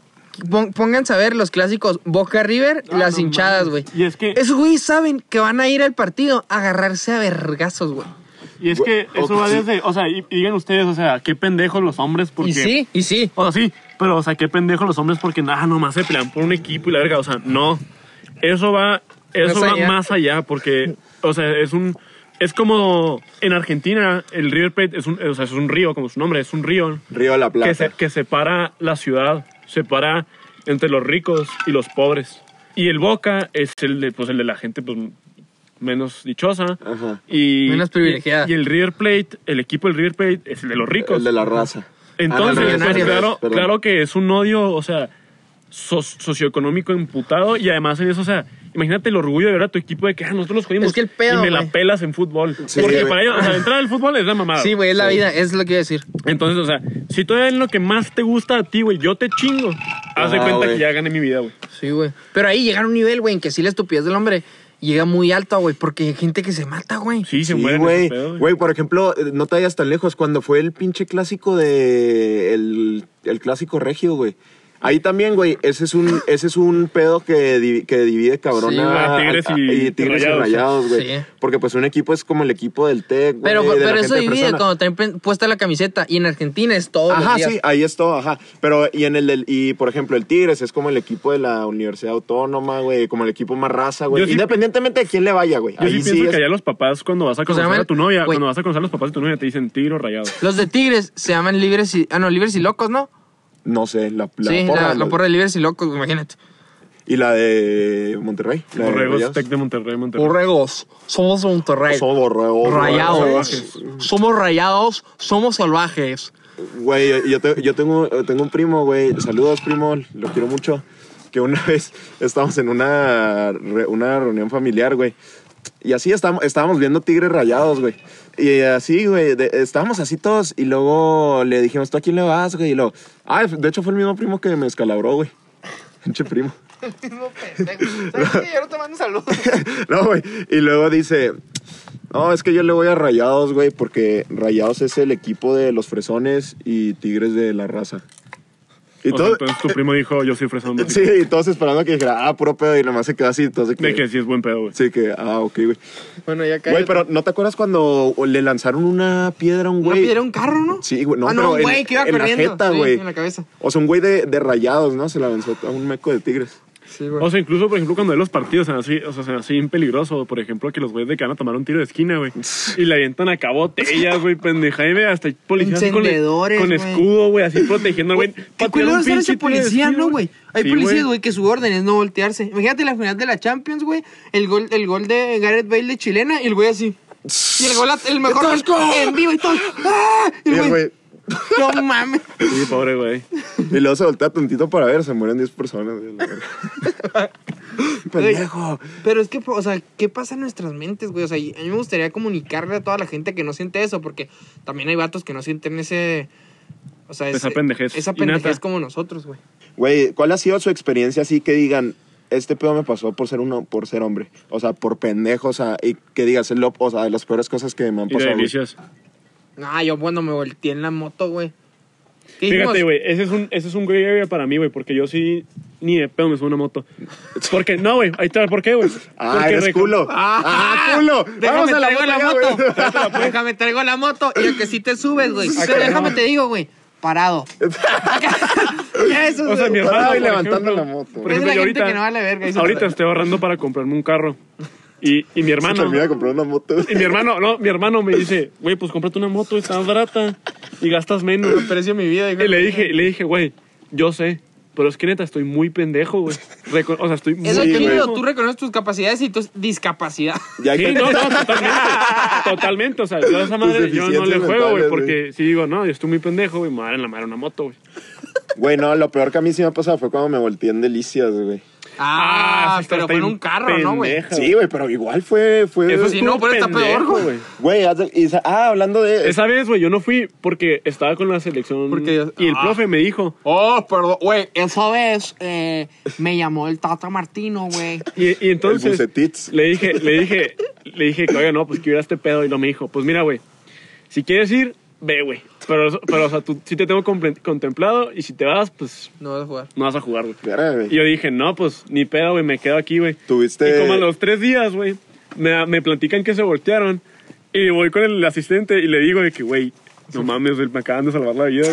[SPEAKER 3] pon- pónganse a ver los clásicos Boca River,
[SPEAKER 2] Ah,
[SPEAKER 3] las
[SPEAKER 2] no
[SPEAKER 3] hinchadas,
[SPEAKER 2] mames.
[SPEAKER 3] güey.
[SPEAKER 2] Y es que-
[SPEAKER 3] Esos güeyes saben que van a ir al partido a agarrarse a vergazos, güey.
[SPEAKER 2] Y es que
[SPEAKER 1] Güey,
[SPEAKER 2] eso
[SPEAKER 1] o-
[SPEAKER 2] va
[SPEAKER 1] sí.
[SPEAKER 2] desde, o sea, y, y digan ustedes, o sea, qué pendejos los hombres porque...
[SPEAKER 3] Y sí, y sí.
[SPEAKER 2] O sea, sí, pero, o sea, qué pendejos los hombres porque nada, nomás se pelean por un equipo y la verga, o sea, no. Eso va, eso
[SPEAKER 3] Más
[SPEAKER 2] va
[SPEAKER 3] allá.
[SPEAKER 2] más allá porque, o sea, es un... Es como en Argentina, el River Plate es un, o sea, es un río, como su nombre, es un río
[SPEAKER 1] Río de la Plata.
[SPEAKER 2] que, se- que separa la ciudad, separa entre los ricos y los pobres. Y el Boca es el de, pues, el de la gente pues, menos dichosa.
[SPEAKER 1] Ajá.
[SPEAKER 2] Y,
[SPEAKER 3] Menos privilegiada.
[SPEAKER 2] Y, y el River Plate, el equipo del River Plate es el de los ricos.
[SPEAKER 1] El de la raza.
[SPEAKER 2] Entonces,
[SPEAKER 3] Ah, no,
[SPEAKER 2] pues,
[SPEAKER 3] millonarios.
[SPEAKER 2] claro,
[SPEAKER 1] Perdón.
[SPEAKER 2] claro que es un odio, o sea, so- socioeconómico imputado. Y además en eso, o sea, imagínate el orgullo de ver a tu equipo de que ah, nosotros los jodimos.
[SPEAKER 3] Es que el pedo,
[SPEAKER 2] y me la
[SPEAKER 3] güey.
[SPEAKER 2] pelas en fútbol.
[SPEAKER 1] Sí,
[SPEAKER 2] Porque
[SPEAKER 1] güey.
[SPEAKER 2] para ellos, o sea, entrar al fútbol es la mamada.
[SPEAKER 3] Sí, güey, es la vida, es lo que iba a decir.
[SPEAKER 2] Entonces, o sea, si todavía en lo que más te gusta a ti, güey, yo te chingo. Haz de
[SPEAKER 1] Ah,
[SPEAKER 2] cuenta
[SPEAKER 1] güey.
[SPEAKER 2] que ya gané mi vida, güey.
[SPEAKER 3] Sí, güey. Pero ahí llega a un nivel, güey, en que sí la estupidez del hombre llega muy alta, güey, porque hay gente que se mata, güey.
[SPEAKER 2] Sí, se
[SPEAKER 1] Sí,
[SPEAKER 2] mueren
[SPEAKER 1] güey.
[SPEAKER 2] esos pedos, güey.
[SPEAKER 1] Güey, por ejemplo, eh, no te vayas tan lejos. Cuando fue el pinche clásico de. El, el clásico regio, güey. Ahí también, güey, ese es un, ese es un pedo que, divi- que divide cabrón
[SPEAKER 3] Sí,
[SPEAKER 1] a,
[SPEAKER 2] güey, Tigres
[SPEAKER 1] a- a-
[SPEAKER 2] y
[SPEAKER 1] Tigres y
[SPEAKER 2] Rayados. ¿eh?
[SPEAKER 1] rayados, güey.
[SPEAKER 3] Sí.
[SPEAKER 1] Porque pues un equipo es como el equipo del TEC, güey.
[SPEAKER 3] Pero,
[SPEAKER 1] de la
[SPEAKER 3] pero
[SPEAKER 1] gente
[SPEAKER 3] eso
[SPEAKER 1] de
[SPEAKER 3] divide
[SPEAKER 1] persona.
[SPEAKER 3] cuando traen pen- puesta la camiseta. Y en Argentina es todo.
[SPEAKER 1] Ajá, sí, ahí es todo, ajá. Pero, y en el del- y por ejemplo, el Tigres es como el equipo de la Universidad Autónoma, güey, como el equipo más raza, güey.
[SPEAKER 2] Yo sí-
[SPEAKER 1] Independientemente de quién le vaya, güey.
[SPEAKER 2] Yo sí
[SPEAKER 1] Ahí
[SPEAKER 2] pienso
[SPEAKER 1] sí
[SPEAKER 2] que
[SPEAKER 1] es- Pues,
[SPEAKER 2] allá los papás, cuando vas a conocer
[SPEAKER 3] llaman-
[SPEAKER 2] a tu novia,
[SPEAKER 3] güey.
[SPEAKER 2] cuando vas a conocer a los papás de tu novia, te dicen tiro rayado.
[SPEAKER 3] Los de Tigres se llaman libres y. Ah, no, libres y locos, ¿no?
[SPEAKER 1] No sé, la, la
[SPEAKER 3] sí,
[SPEAKER 1] porra,
[SPEAKER 3] la, la
[SPEAKER 1] ¿no?
[SPEAKER 3] porra de libres y locos, imagínate.
[SPEAKER 1] Y la de Monterrey. La de
[SPEAKER 2] Borregos,
[SPEAKER 1] Rayados.
[SPEAKER 2] Tec de Monterrey, Monterrey.
[SPEAKER 3] Borregos, somos Monterrey.
[SPEAKER 1] Somos borregos.
[SPEAKER 3] rayados. Somos rayados, somos salvajes.
[SPEAKER 1] Güey, yo, te- yo tengo, tengo un primo, güey. Saludos, primo. Lo quiero mucho. Que una vez estábamos en una, re- una reunión familiar, güey. Y así estábamos, estábamos viendo Tigres Rayados, güey. Y así, güey, de- estábamos así todos. Y luego le dijimos, ¿tú a quién le vas, güey? Y luego, ah, de hecho fue el mismo primo que me escalabró, güey. Pinche primo.
[SPEAKER 3] Yo no te mando saludos.
[SPEAKER 1] No, güey. Y luego dice, no, es que yo le voy a Rayados, güey, porque Rayados es el equipo de los fresones y Tigres de la raza. Y
[SPEAKER 2] O sea,
[SPEAKER 1] todo,
[SPEAKER 2] entonces tu primo dijo, yo soy fresón. de-
[SPEAKER 1] sí, y todos esperando que dijera, ah, puro pedo, y nomás se quedó así. Entonces,
[SPEAKER 2] De que sí es buen pedo, güey.
[SPEAKER 1] Sí, que, ah, ok, güey.
[SPEAKER 3] Bueno, ya
[SPEAKER 1] Güey, pero ¿no te acuerdas cuando le lanzaron una piedra a un
[SPEAKER 3] ¿No
[SPEAKER 1] güey?
[SPEAKER 3] pidieron un carro, no?
[SPEAKER 1] Sí, güey, no,
[SPEAKER 3] Ah,
[SPEAKER 1] pero
[SPEAKER 3] no,
[SPEAKER 1] en-
[SPEAKER 3] güey, que iba
[SPEAKER 1] en la
[SPEAKER 3] corriendo.
[SPEAKER 1] jeta,
[SPEAKER 3] Sí,
[SPEAKER 1] güey.
[SPEAKER 3] en la cabeza.
[SPEAKER 1] O sea, un güey de, de rayados, ¿no? Se la lanzó a un meco de tigres.
[SPEAKER 3] Sí, güey.
[SPEAKER 2] O sea, incluso, por ejemplo, cuando de los partidos, se me hace- o sea, se me hace bien peligroso. Por ejemplo, que los güeyes de que van a tomar un tiro de esquina, güey. Y le avientan acá botellas, güey, pendeja. Y ve hasta policías con, e-,
[SPEAKER 3] Encendedores,
[SPEAKER 2] con
[SPEAKER 3] güey.
[SPEAKER 2] escudo, güey, así protegiendo al güey.
[SPEAKER 3] ¿Qué
[SPEAKER 2] Patear un
[SPEAKER 3] culero ser
[SPEAKER 2] pinche
[SPEAKER 3] ese
[SPEAKER 2] tiro de
[SPEAKER 3] policía,
[SPEAKER 2] esquina,
[SPEAKER 3] no, güey? Hay
[SPEAKER 2] Sí,
[SPEAKER 3] policías, güey, que su orden es no voltearse. Imagínate la final de la Champions, güey. El gol, el gol de Gareth Bale de chilena y el güey así. Y el gol, at- el mejor gol en vivo y todo. ¡Ah! Y
[SPEAKER 1] Y,
[SPEAKER 3] el
[SPEAKER 1] el
[SPEAKER 3] güey,
[SPEAKER 1] güey-
[SPEAKER 3] no mames.
[SPEAKER 2] Sí, pobre, güey.
[SPEAKER 1] y luego se voltea tantito para ver, se mueren 10 personas. güey, la verga. Pendejo.
[SPEAKER 3] Pero es que, o sea, ¿qué pasa en nuestras mentes, güey? O sea, y a mí me gustaría comunicarle a toda la gente que no siente eso, porque también hay vatos que no sienten ese. O sea,
[SPEAKER 2] Esa
[SPEAKER 3] ese-
[SPEAKER 2] pendejez
[SPEAKER 3] Esa
[SPEAKER 2] innata.
[SPEAKER 3] pendejez como nosotros, güey.
[SPEAKER 1] Güey, ¿cuál ha sido su experiencia así que digan, este pedo me pasó por ser uno, por ser hombre? O sea, por pendejo, o sea, y que digas, es lo, o sea, de las peores cosas que me han
[SPEAKER 2] Y de
[SPEAKER 1] pasado. güey.
[SPEAKER 2] delicias.
[SPEAKER 3] No, Ah, yo cuando me volteé en la moto, güey. ¿Qué hicimos?
[SPEAKER 2] Fíjate, güey, ese es un, ese es un gray area para mí, güey, porque yo sí ni de pedo me subo a una moto. Porque, no, güey, ahí está, ¿por qué, güey?
[SPEAKER 1] Ah,
[SPEAKER 2] Porque
[SPEAKER 1] eres
[SPEAKER 2] recu-
[SPEAKER 1] culo. Ah, culo.
[SPEAKER 3] Déjame traigo la,
[SPEAKER 1] verga,
[SPEAKER 3] moto.
[SPEAKER 1] güey.
[SPEAKER 3] Déjame traigo la moto. Y el que sí te subes, güey. Pero déjame te digo, güey. Parado. Ya, eso es,
[SPEAKER 2] O sea, mi
[SPEAKER 3] güey.
[SPEAKER 2] hermano.
[SPEAKER 1] Parado y
[SPEAKER 2] por
[SPEAKER 1] levantando
[SPEAKER 2] ejemplo,
[SPEAKER 1] la moto.
[SPEAKER 2] por
[SPEAKER 3] Es
[SPEAKER 2] ejemplo,
[SPEAKER 3] la
[SPEAKER 2] yo
[SPEAKER 3] gente que no vale verga, dice.
[SPEAKER 2] Ahorita estoy ahorrando para comprarme un carro. Y, y mi
[SPEAKER 1] Se
[SPEAKER 2] hermano.
[SPEAKER 1] termina de comprar una moto. güey.
[SPEAKER 2] Y mi hermano, no, mi hermano me dice, güey, pues cómprate una moto, está más barata y gastas menos.
[SPEAKER 3] Precio mi vida.
[SPEAKER 2] Y le dije, le dije, güey, yo sé, pero es que neta estoy muy pendejo, güey. Reco- O sea, estoy muy
[SPEAKER 3] Es lo
[SPEAKER 1] Sí,
[SPEAKER 2] pendejo.
[SPEAKER 1] güey.
[SPEAKER 3] chido. Tú reconoces tus capacidades y tus discapacidades.
[SPEAKER 1] Ya
[SPEAKER 2] Sí,
[SPEAKER 1] que-
[SPEAKER 2] no, no, totalmente. totalmente. O sea, yo a esa
[SPEAKER 1] Tus
[SPEAKER 2] madre yo no le
[SPEAKER 1] deficiencias
[SPEAKER 2] juego,
[SPEAKER 1] mentales,
[SPEAKER 2] güey.
[SPEAKER 1] güey.
[SPEAKER 2] Porque si digo, no, yo estoy muy pendejo, güey, me van a dar en la madre una moto, güey.
[SPEAKER 1] Güey, no, lo peor que a mí sí me ha pasado fue cuando me volteé en delicias, güey.
[SPEAKER 3] Ah,
[SPEAKER 2] sí,
[SPEAKER 3] pero
[SPEAKER 2] está
[SPEAKER 3] fue en
[SPEAKER 2] bien
[SPEAKER 3] un carro, ¿no, güey?
[SPEAKER 2] pendeja,
[SPEAKER 1] Sí, güey, pero igual fue... fue
[SPEAKER 2] Eso
[SPEAKER 3] sí,
[SPEAKER 2] estuvo
[SPEAKER 3] no, pero está peor,
[SPEAKER 2] pendejo,
[SPEAKER 3] güey.
[SPEAKER 1] Güey, haz de- y sa- ah, hablando de...
[SPEAKER 2] Esa vez, güey, yo no fui porque estaba con la selección.
[SPEAKER 3] Porque yo-
[SPEAKER 2] y el
[SPEAKER 3] ah.
[SPEAKER 2] profe me dijo.
[SPEAKER 3] Oh, perdón, güey, esa vez eh, me llamó el Tata Martino, güey.
[SPEAKER 2] Y, y
[SPEAKER 1] El
[SPEAKER 2] entonces
[SPEAKER 1] Bucetits.
[SPEAKER 2] le dije, le dije, le dije que oiga, no, pues que hubiera este pedo. Y lo me dijo, pues mira, güey, si quieres ir, ve, güey. Pero, pero, o sea, tú sí te tengo comple- contemplado y si te vas, pues
[SPEAKER 3] No vas a jugar.
[SPEAKER 2] no vas a jugar, güey.
[SPEAKER 1] Verga, güey.
[SPEAKER 2] Y yo dije, no, pues ni pedo, güey, me quedo aquí, güey.
[SPEAKER 1] Tuviste-
[SPEAKER 2] Y como a los tres días, güey, me, me platican que se voltearon. Y voy con el asistente y le digo de que, güey, no mames, güey, me acaban de salvar la vida.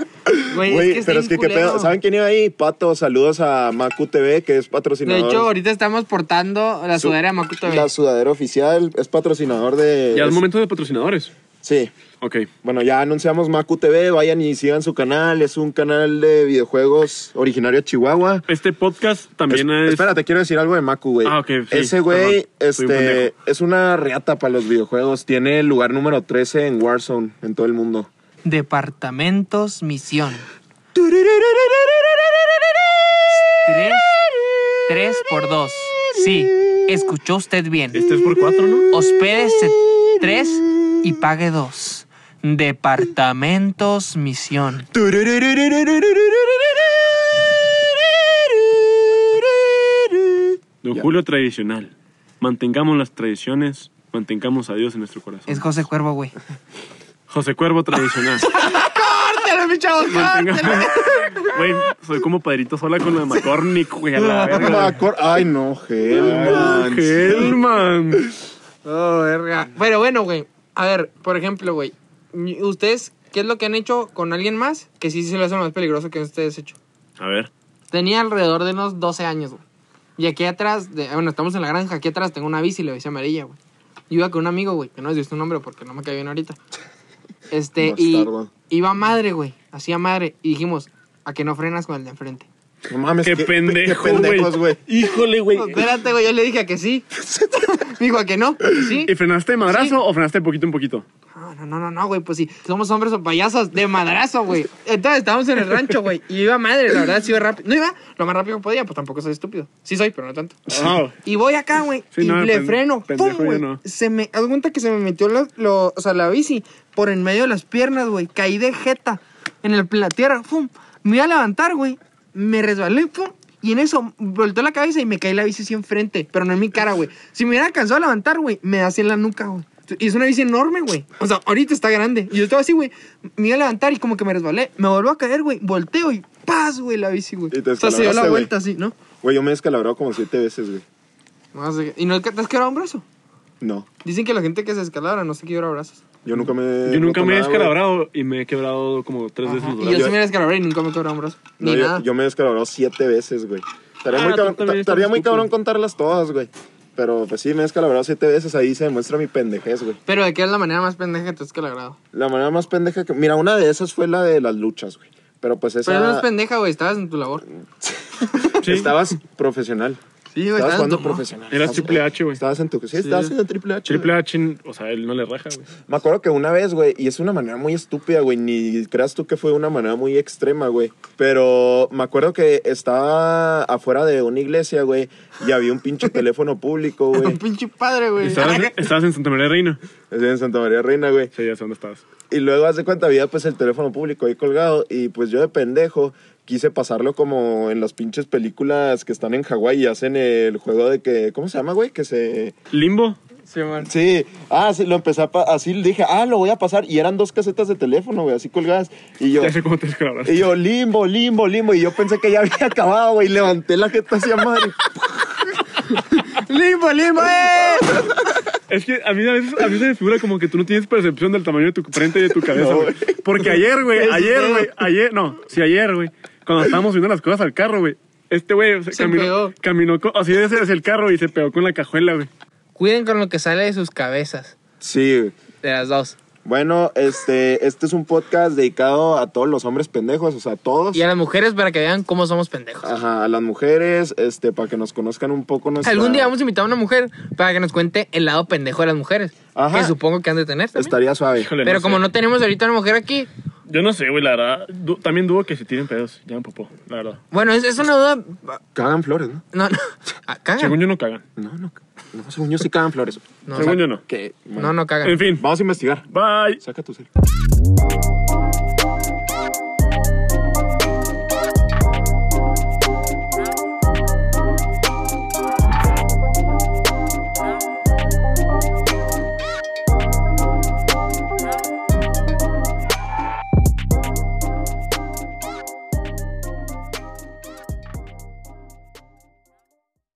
[SPEAKER 2] güey.
[SPEAKER 1] Güey,
[SPEAKER 3] está
[SPEAKER 1] pero es que
[SPEAKER 3] bien
[SPEAKER 1] qué pedo.
[SPEAKER 3] culero.
[SPEAKER 1] ¿Saben quién iba ahí? Pato, saludos a Macu TV, que es
[SPEAKER 3] De
[SPEAKER 1] patrocinador.
[SPEAKER 3] hecho, ahorita estamos portando la
[SPEAKER 1] Su-
[SPEAKER 3] sudadera de Makuto.
[SPEAKER 1] La sudadera oficial es patrocinador de.
[SPEAKER 2] Ya es momento de patrocinadores.
[SPEAKER 1] Sí.
[SPEAKER 2] Ok.
[SPEAKER 1] Bueno, ya anunciamos Macu TV, vayan y sigan su canal. Es un canal de videojuegos originario de Chihuahua.
[SPEAKER 2] Este podcast también
[SPEAKER 1] Es-
[SPEAKER 2] es.
[SPEAKER 1] Espérate, quiero decir algo de Macu, güey.
[SPEAKER 2] Ah, ok, sí,
[SPEAKER 1] Ese güey
[SPEAKER 2] perdón, soy un
[SPEAKER 1] este,
[SPEAKER 2] pendejo.
[SPEAKER 1] es una reata para los videojuegos. Tiene el lugar número 13 en Warzone, en todo el mundo.
[SPEAKER 3] Departamentos Misión. Tres, tres por dos. Sí, escuchó usted bien.
[SPEAKER 2] Este es por cuatro, ¿no?
[SPEAKER 3] Hospédese tres y pague dos. Departamentos Misión.
[SPEAKER 2] Don Julio tradicional. Mantengamos las tradiciones, mantengamos a Dios en nuestro corazón.
[SPEAKER 3] Es José Cuervo, güey.
[SPEAKER 2] José Cuervo tradicional.
[SPEAKER 3] ¡Córtelo, mi chavo!
[SPEAKER 2] Mantengamos. Güey, soy como Padrito Sola con la McCormick, güey, a la verga.
[SPEAKER 1] Macor- Ay, no, Helman.
[SPEAKER 2] Helman.
[SPEAKER 3] Oh, verga. Pero bueno, güey. A ver, por ejemplo, güey. ¿Ustedes qué es lo que han hecho con alguien más que sí se lo hace más peligroso que ustedes hecho?
[SPEAKER 2] A ver.
[SPEAKER 3] Tenía alrededor de unos 12 años, güey. Y aquí atrás, de- bueno, estamos en la granja, aquí atrás tengo una bici, le bici amarilla, güey. Yo iba con un amigo, güey, que no les dio su nombre porque no me cae bien ahorita. Este, y
[SPEAKER 1] Bastardo.
[SPEAKER 3] iba a madre, güey, hacía madre. Y dijimos, ¿a que no frenas con el de enfrente?
[SPEAKER 1] No mames,
[SPEAKER 2] Qué pendejo,
[SPEAKER 1] qué pendejos,
[SPEAKER 2] güey.
[SPEAKER 1] güey.
[SPEAKER 2] Híjole, güey.
[SPEAKER 3] Espérate, güey, yo le dije a que sí. Me dijo a que no, que sí.
[SPEAKER 2] ¿Y frenaste de madrazo
[SPEAKER 3] Sí.
[SPEAKER 2] o frenaste poquito en poquito?
[SPEAKER 3] No, no, no, no, no, güey, pues sí. Somos hombres o payasos de madrazo, güey. Entonces estábamos en el rancho, güey. Y iba madre, la verdad, sí iba rápido. No iba lo más rápido que podía, pues tampoco soy estúpido. Sí soy, pero no tanto.
[SPEAKER 2] Ah,
[SPEAKER 3] Y voy acá, güey.
[SPEAKER 2] Sí,
[SPEAKER 3] y
[SPEAKER 2] no,
[SPEAKER 3] le
[SPEAKER 2] pen-
[SPEAKER 3] freno.
[SPEAKER 2] pendejo
[SPEAKER 3] ¡Pum,
[SPEAKER 2] yo
[SPEAKER 3] güey!
[SPEAKER 2] no.
[SPEAKER 3] Se me. Haz cuenta que se me metió la, lo- o sea, la bici por en medio de las piernas, güey. Caí de jeta en el- la tierra. ¡Pum! Me iba a levantar, güey. Me resbalé, ¡pum! Y en eso volteó la cabeza y me caí la bici así enfrente. Pero no en mi cara, güey. Si me hubiera alcanzado a levantar, güey, me da así en la nuca, güey. Y es una bici enorme, güey. O sea, ahorita está grande. Y yo estaba así, güey. Me iba a levantar y como que me resbalé. Me volvió a caer, güey. Volteo y ¡paz, güey! La bici, güey.
[SPEAKER 1] Y te
[SPEAKER 3] O sea, se dio la
[SPEAKER 1] descalabraste,
[SPEAKER 3] vuelta así, ¿no?
[SPEAKER 1] Güey, yo me he descalabrado como siete veces, güey.
[SPEAKER 3] No sé, ¿Y no te has quebrado un brazo?
[SPEAKER 1] No,
[SPEAKER 3] Dicen que la gente que se escalabra no se quiebra brazos.
[SPEAKER 1] yo nunca me.
[SPEAKER 2] yo
[SPEAKER 1] roto nada,
[SPEAKER 2] nunca me he
[SPEAKER 1] Eh, güey.
[SPEAKER 2] descalabrado y me he quebrado como tres veces los
[SPEAKER 3] Y yo,
[SPEAKER 2] brazos.
[SPEAKER 1] yo-
[SPEAKER 3] sí me descalabré y nunca me quebré un brazo.
[SPEAKER 1] No,
[SPEAKER 3] Ni
[SPEAKER 1] yo,
[SPEAKER 3] nada.
[SPEAKER 1] yo me he descalabrado siete veces, güey. Estaría
[SPEAKER 2] Ah,
[SPEAKER 1] muy,
[SPEAKER 2] tú
[SPEAKER 1] cabrón,
[SPEAKER 2] también
[SPEAKER 1] ta-
[SPEAKER 2] estás
[SPEAKER 1] estaría muy
[SPEAKER 2] estúpido.
[SPEAKER 1] cabrón contarlas todas, güey. Pero pues sí, me he descalabrado siete veces. Ahí se demuestra mi pendejez, güey.
[SPEAKER 3] Pero ¿de qué es la manera más pendeja que te has descalabrado?
[SPEAKER 1] La manera más pendeja que. Mira, una de esas fue la de las luchas, güey. Pero pues esa.
[SPEAKER 3] Pero no es pendeja, güey. Estabas en tu labor.
[SPEAKER 2] Sí.
[SPEAKER 1] Estabas profesional.
[SPEAKER 3] Sí, güey.
[SPEAKER 1] Estabas
[SPEAKER 3] estabas en tu-
[SPEAKER 1] jugando profesional.
[SPEAKER 2] Eras
[SPEAKER 1] Estabas-
[SPEAKER 2] Triple H, güey.
[SPEAKER 1] Estabas en tu. Sí, estabas en el Triple H. güey.
[SPEAKER 2] Triple H, o sea, él no le raja, güey.
[SPEAKER 1] Me acuerdo que una vez, güey, y es una manera muy estúpida, güey, ni creas tú que fue una manera muy extrema, güey. Pero me acuerdo que estaba afuera de una iglesia, güey, y había un pinche teléfono público,
[SPEAKER 3] Un
[SPEAKER 1] güey,
[SPEAKER 3] pinche padre, güey.
[SPEAKER 2] Estabas, estabas en Santa María Reina.
[SPEAKER 1] en Santa María Reina, güey.
[SPEAKER 2] Sí, ya sé dónde estabas.
[SPEAKER 1] Y luego, hace cuenta, había pues el teléfono público ahí colgado, y pues yo de pendejo quise pasarlo como en las pinches películas que están en Hawái y hacen el juego de que, ¿cómo se llama, güey? Que se...
[SPEAKER 2] Limbo.
[SPEAKER 3] Sí, man.
[SPEAKER 1] Sí, ah, sí, lo empecé a pa- así, dije, ah, lo voy a pasar, y eran dos casetas de teléfono, güey, así colgadas, y yo...
[SPEAKER 2] Ya sé cómo te descalabras.
[SPEAKER 1] Y yo, limbo, limbo, limbo. Y yo pensé que ya había acabado, güey. Levanté la jeta hacia madre.
[SPEAKER 3] ¡Limbo, limbo! ¡Eh!
[SPEAKER 2] Es que a mí a veces a mí se me figura como que tú no tienes percepción del tamaño de tu frente y de tu cabeza,
[SPEAKER 1] No,
[SPEAKER 2] güey.
[SPEAKER 1] güey.
[SPEAKER 2] Porque ayer, güey,
[SPEAKER 3] Eso
[SPEAKER 2] ayer,
[SPEAKER 3] es
[SPEAKER 2] güey, ayer, no, sí, ayer, güey, cuando estábamos subiendo las cosas al carro, güey, este güey o sea,
[SPEAKER 3] Se
[SPEAKER 2] caminó,
[SPEAKER 3] pegó.
[SPEAKER 2] caminó co- así desde desde el carro y se pegó con la cajuela, güey.
[SPEAKER 3] Cuiden con lo que sale de sus cabezas.
[SPEAKER 1] Sí, güey.
[SPEAKER 3] De las dos.
[SPEAKER 1] Bueno, este, este es un podcast dedicado a todos los hombres pendejos, o sea, a todos.
[SPEAKER 3] Y a las mujeres para que vean cómo somos pendejos.
[SPEAKER 1] Ajá, a las mujeres, este, para que nos conozcan un poco nuestra...
[SPEAKER 3] Algún día vamos a invitar a una mujer para que nos cuente el lado pendejo de las mujeres.
[SPEAKER 1] Ajá.
[SPEAKER 3] Que supongo que han de tener. también.
[SPEAKER 1] Estaría suave.
[SPEAKER 2] Híjole,
[SPEAKER 3] Pero
[SPEAKER 2] sé.
[SPEAKER 3] como no tenemos ahorita una mujer aquí,
[SPEAKER 2] Yo no sé, güey, la verdad. du- también dudo que se tiren pedos. Ya me popó, la verdad.
[SPEAKER 3] bueno, es, es una duda.
[SPEAKER 1] Cagan flores, ¿no?
[SPEAKER 3] No, no. Ah, cagan.
[SPEAKER 2] Según yo no cagan.
[SPEAKER 1] No, no. No, según yo sí cagan flores.
[SPEAKER 3] No,
[SPEAKER 2] Según
[SPEAKER 3] o sea,
[SPEAKER 2] yo no.
[SPEAKER 1] Que, bueno.
[SPEAKER 3] no, no cagan.
[SPEAKER 2] En fin.
[SPEAKER 1] Vamos a investigar.
[SPEAKER 2] Bye.
[SPEAKER 1] Saca tu cel.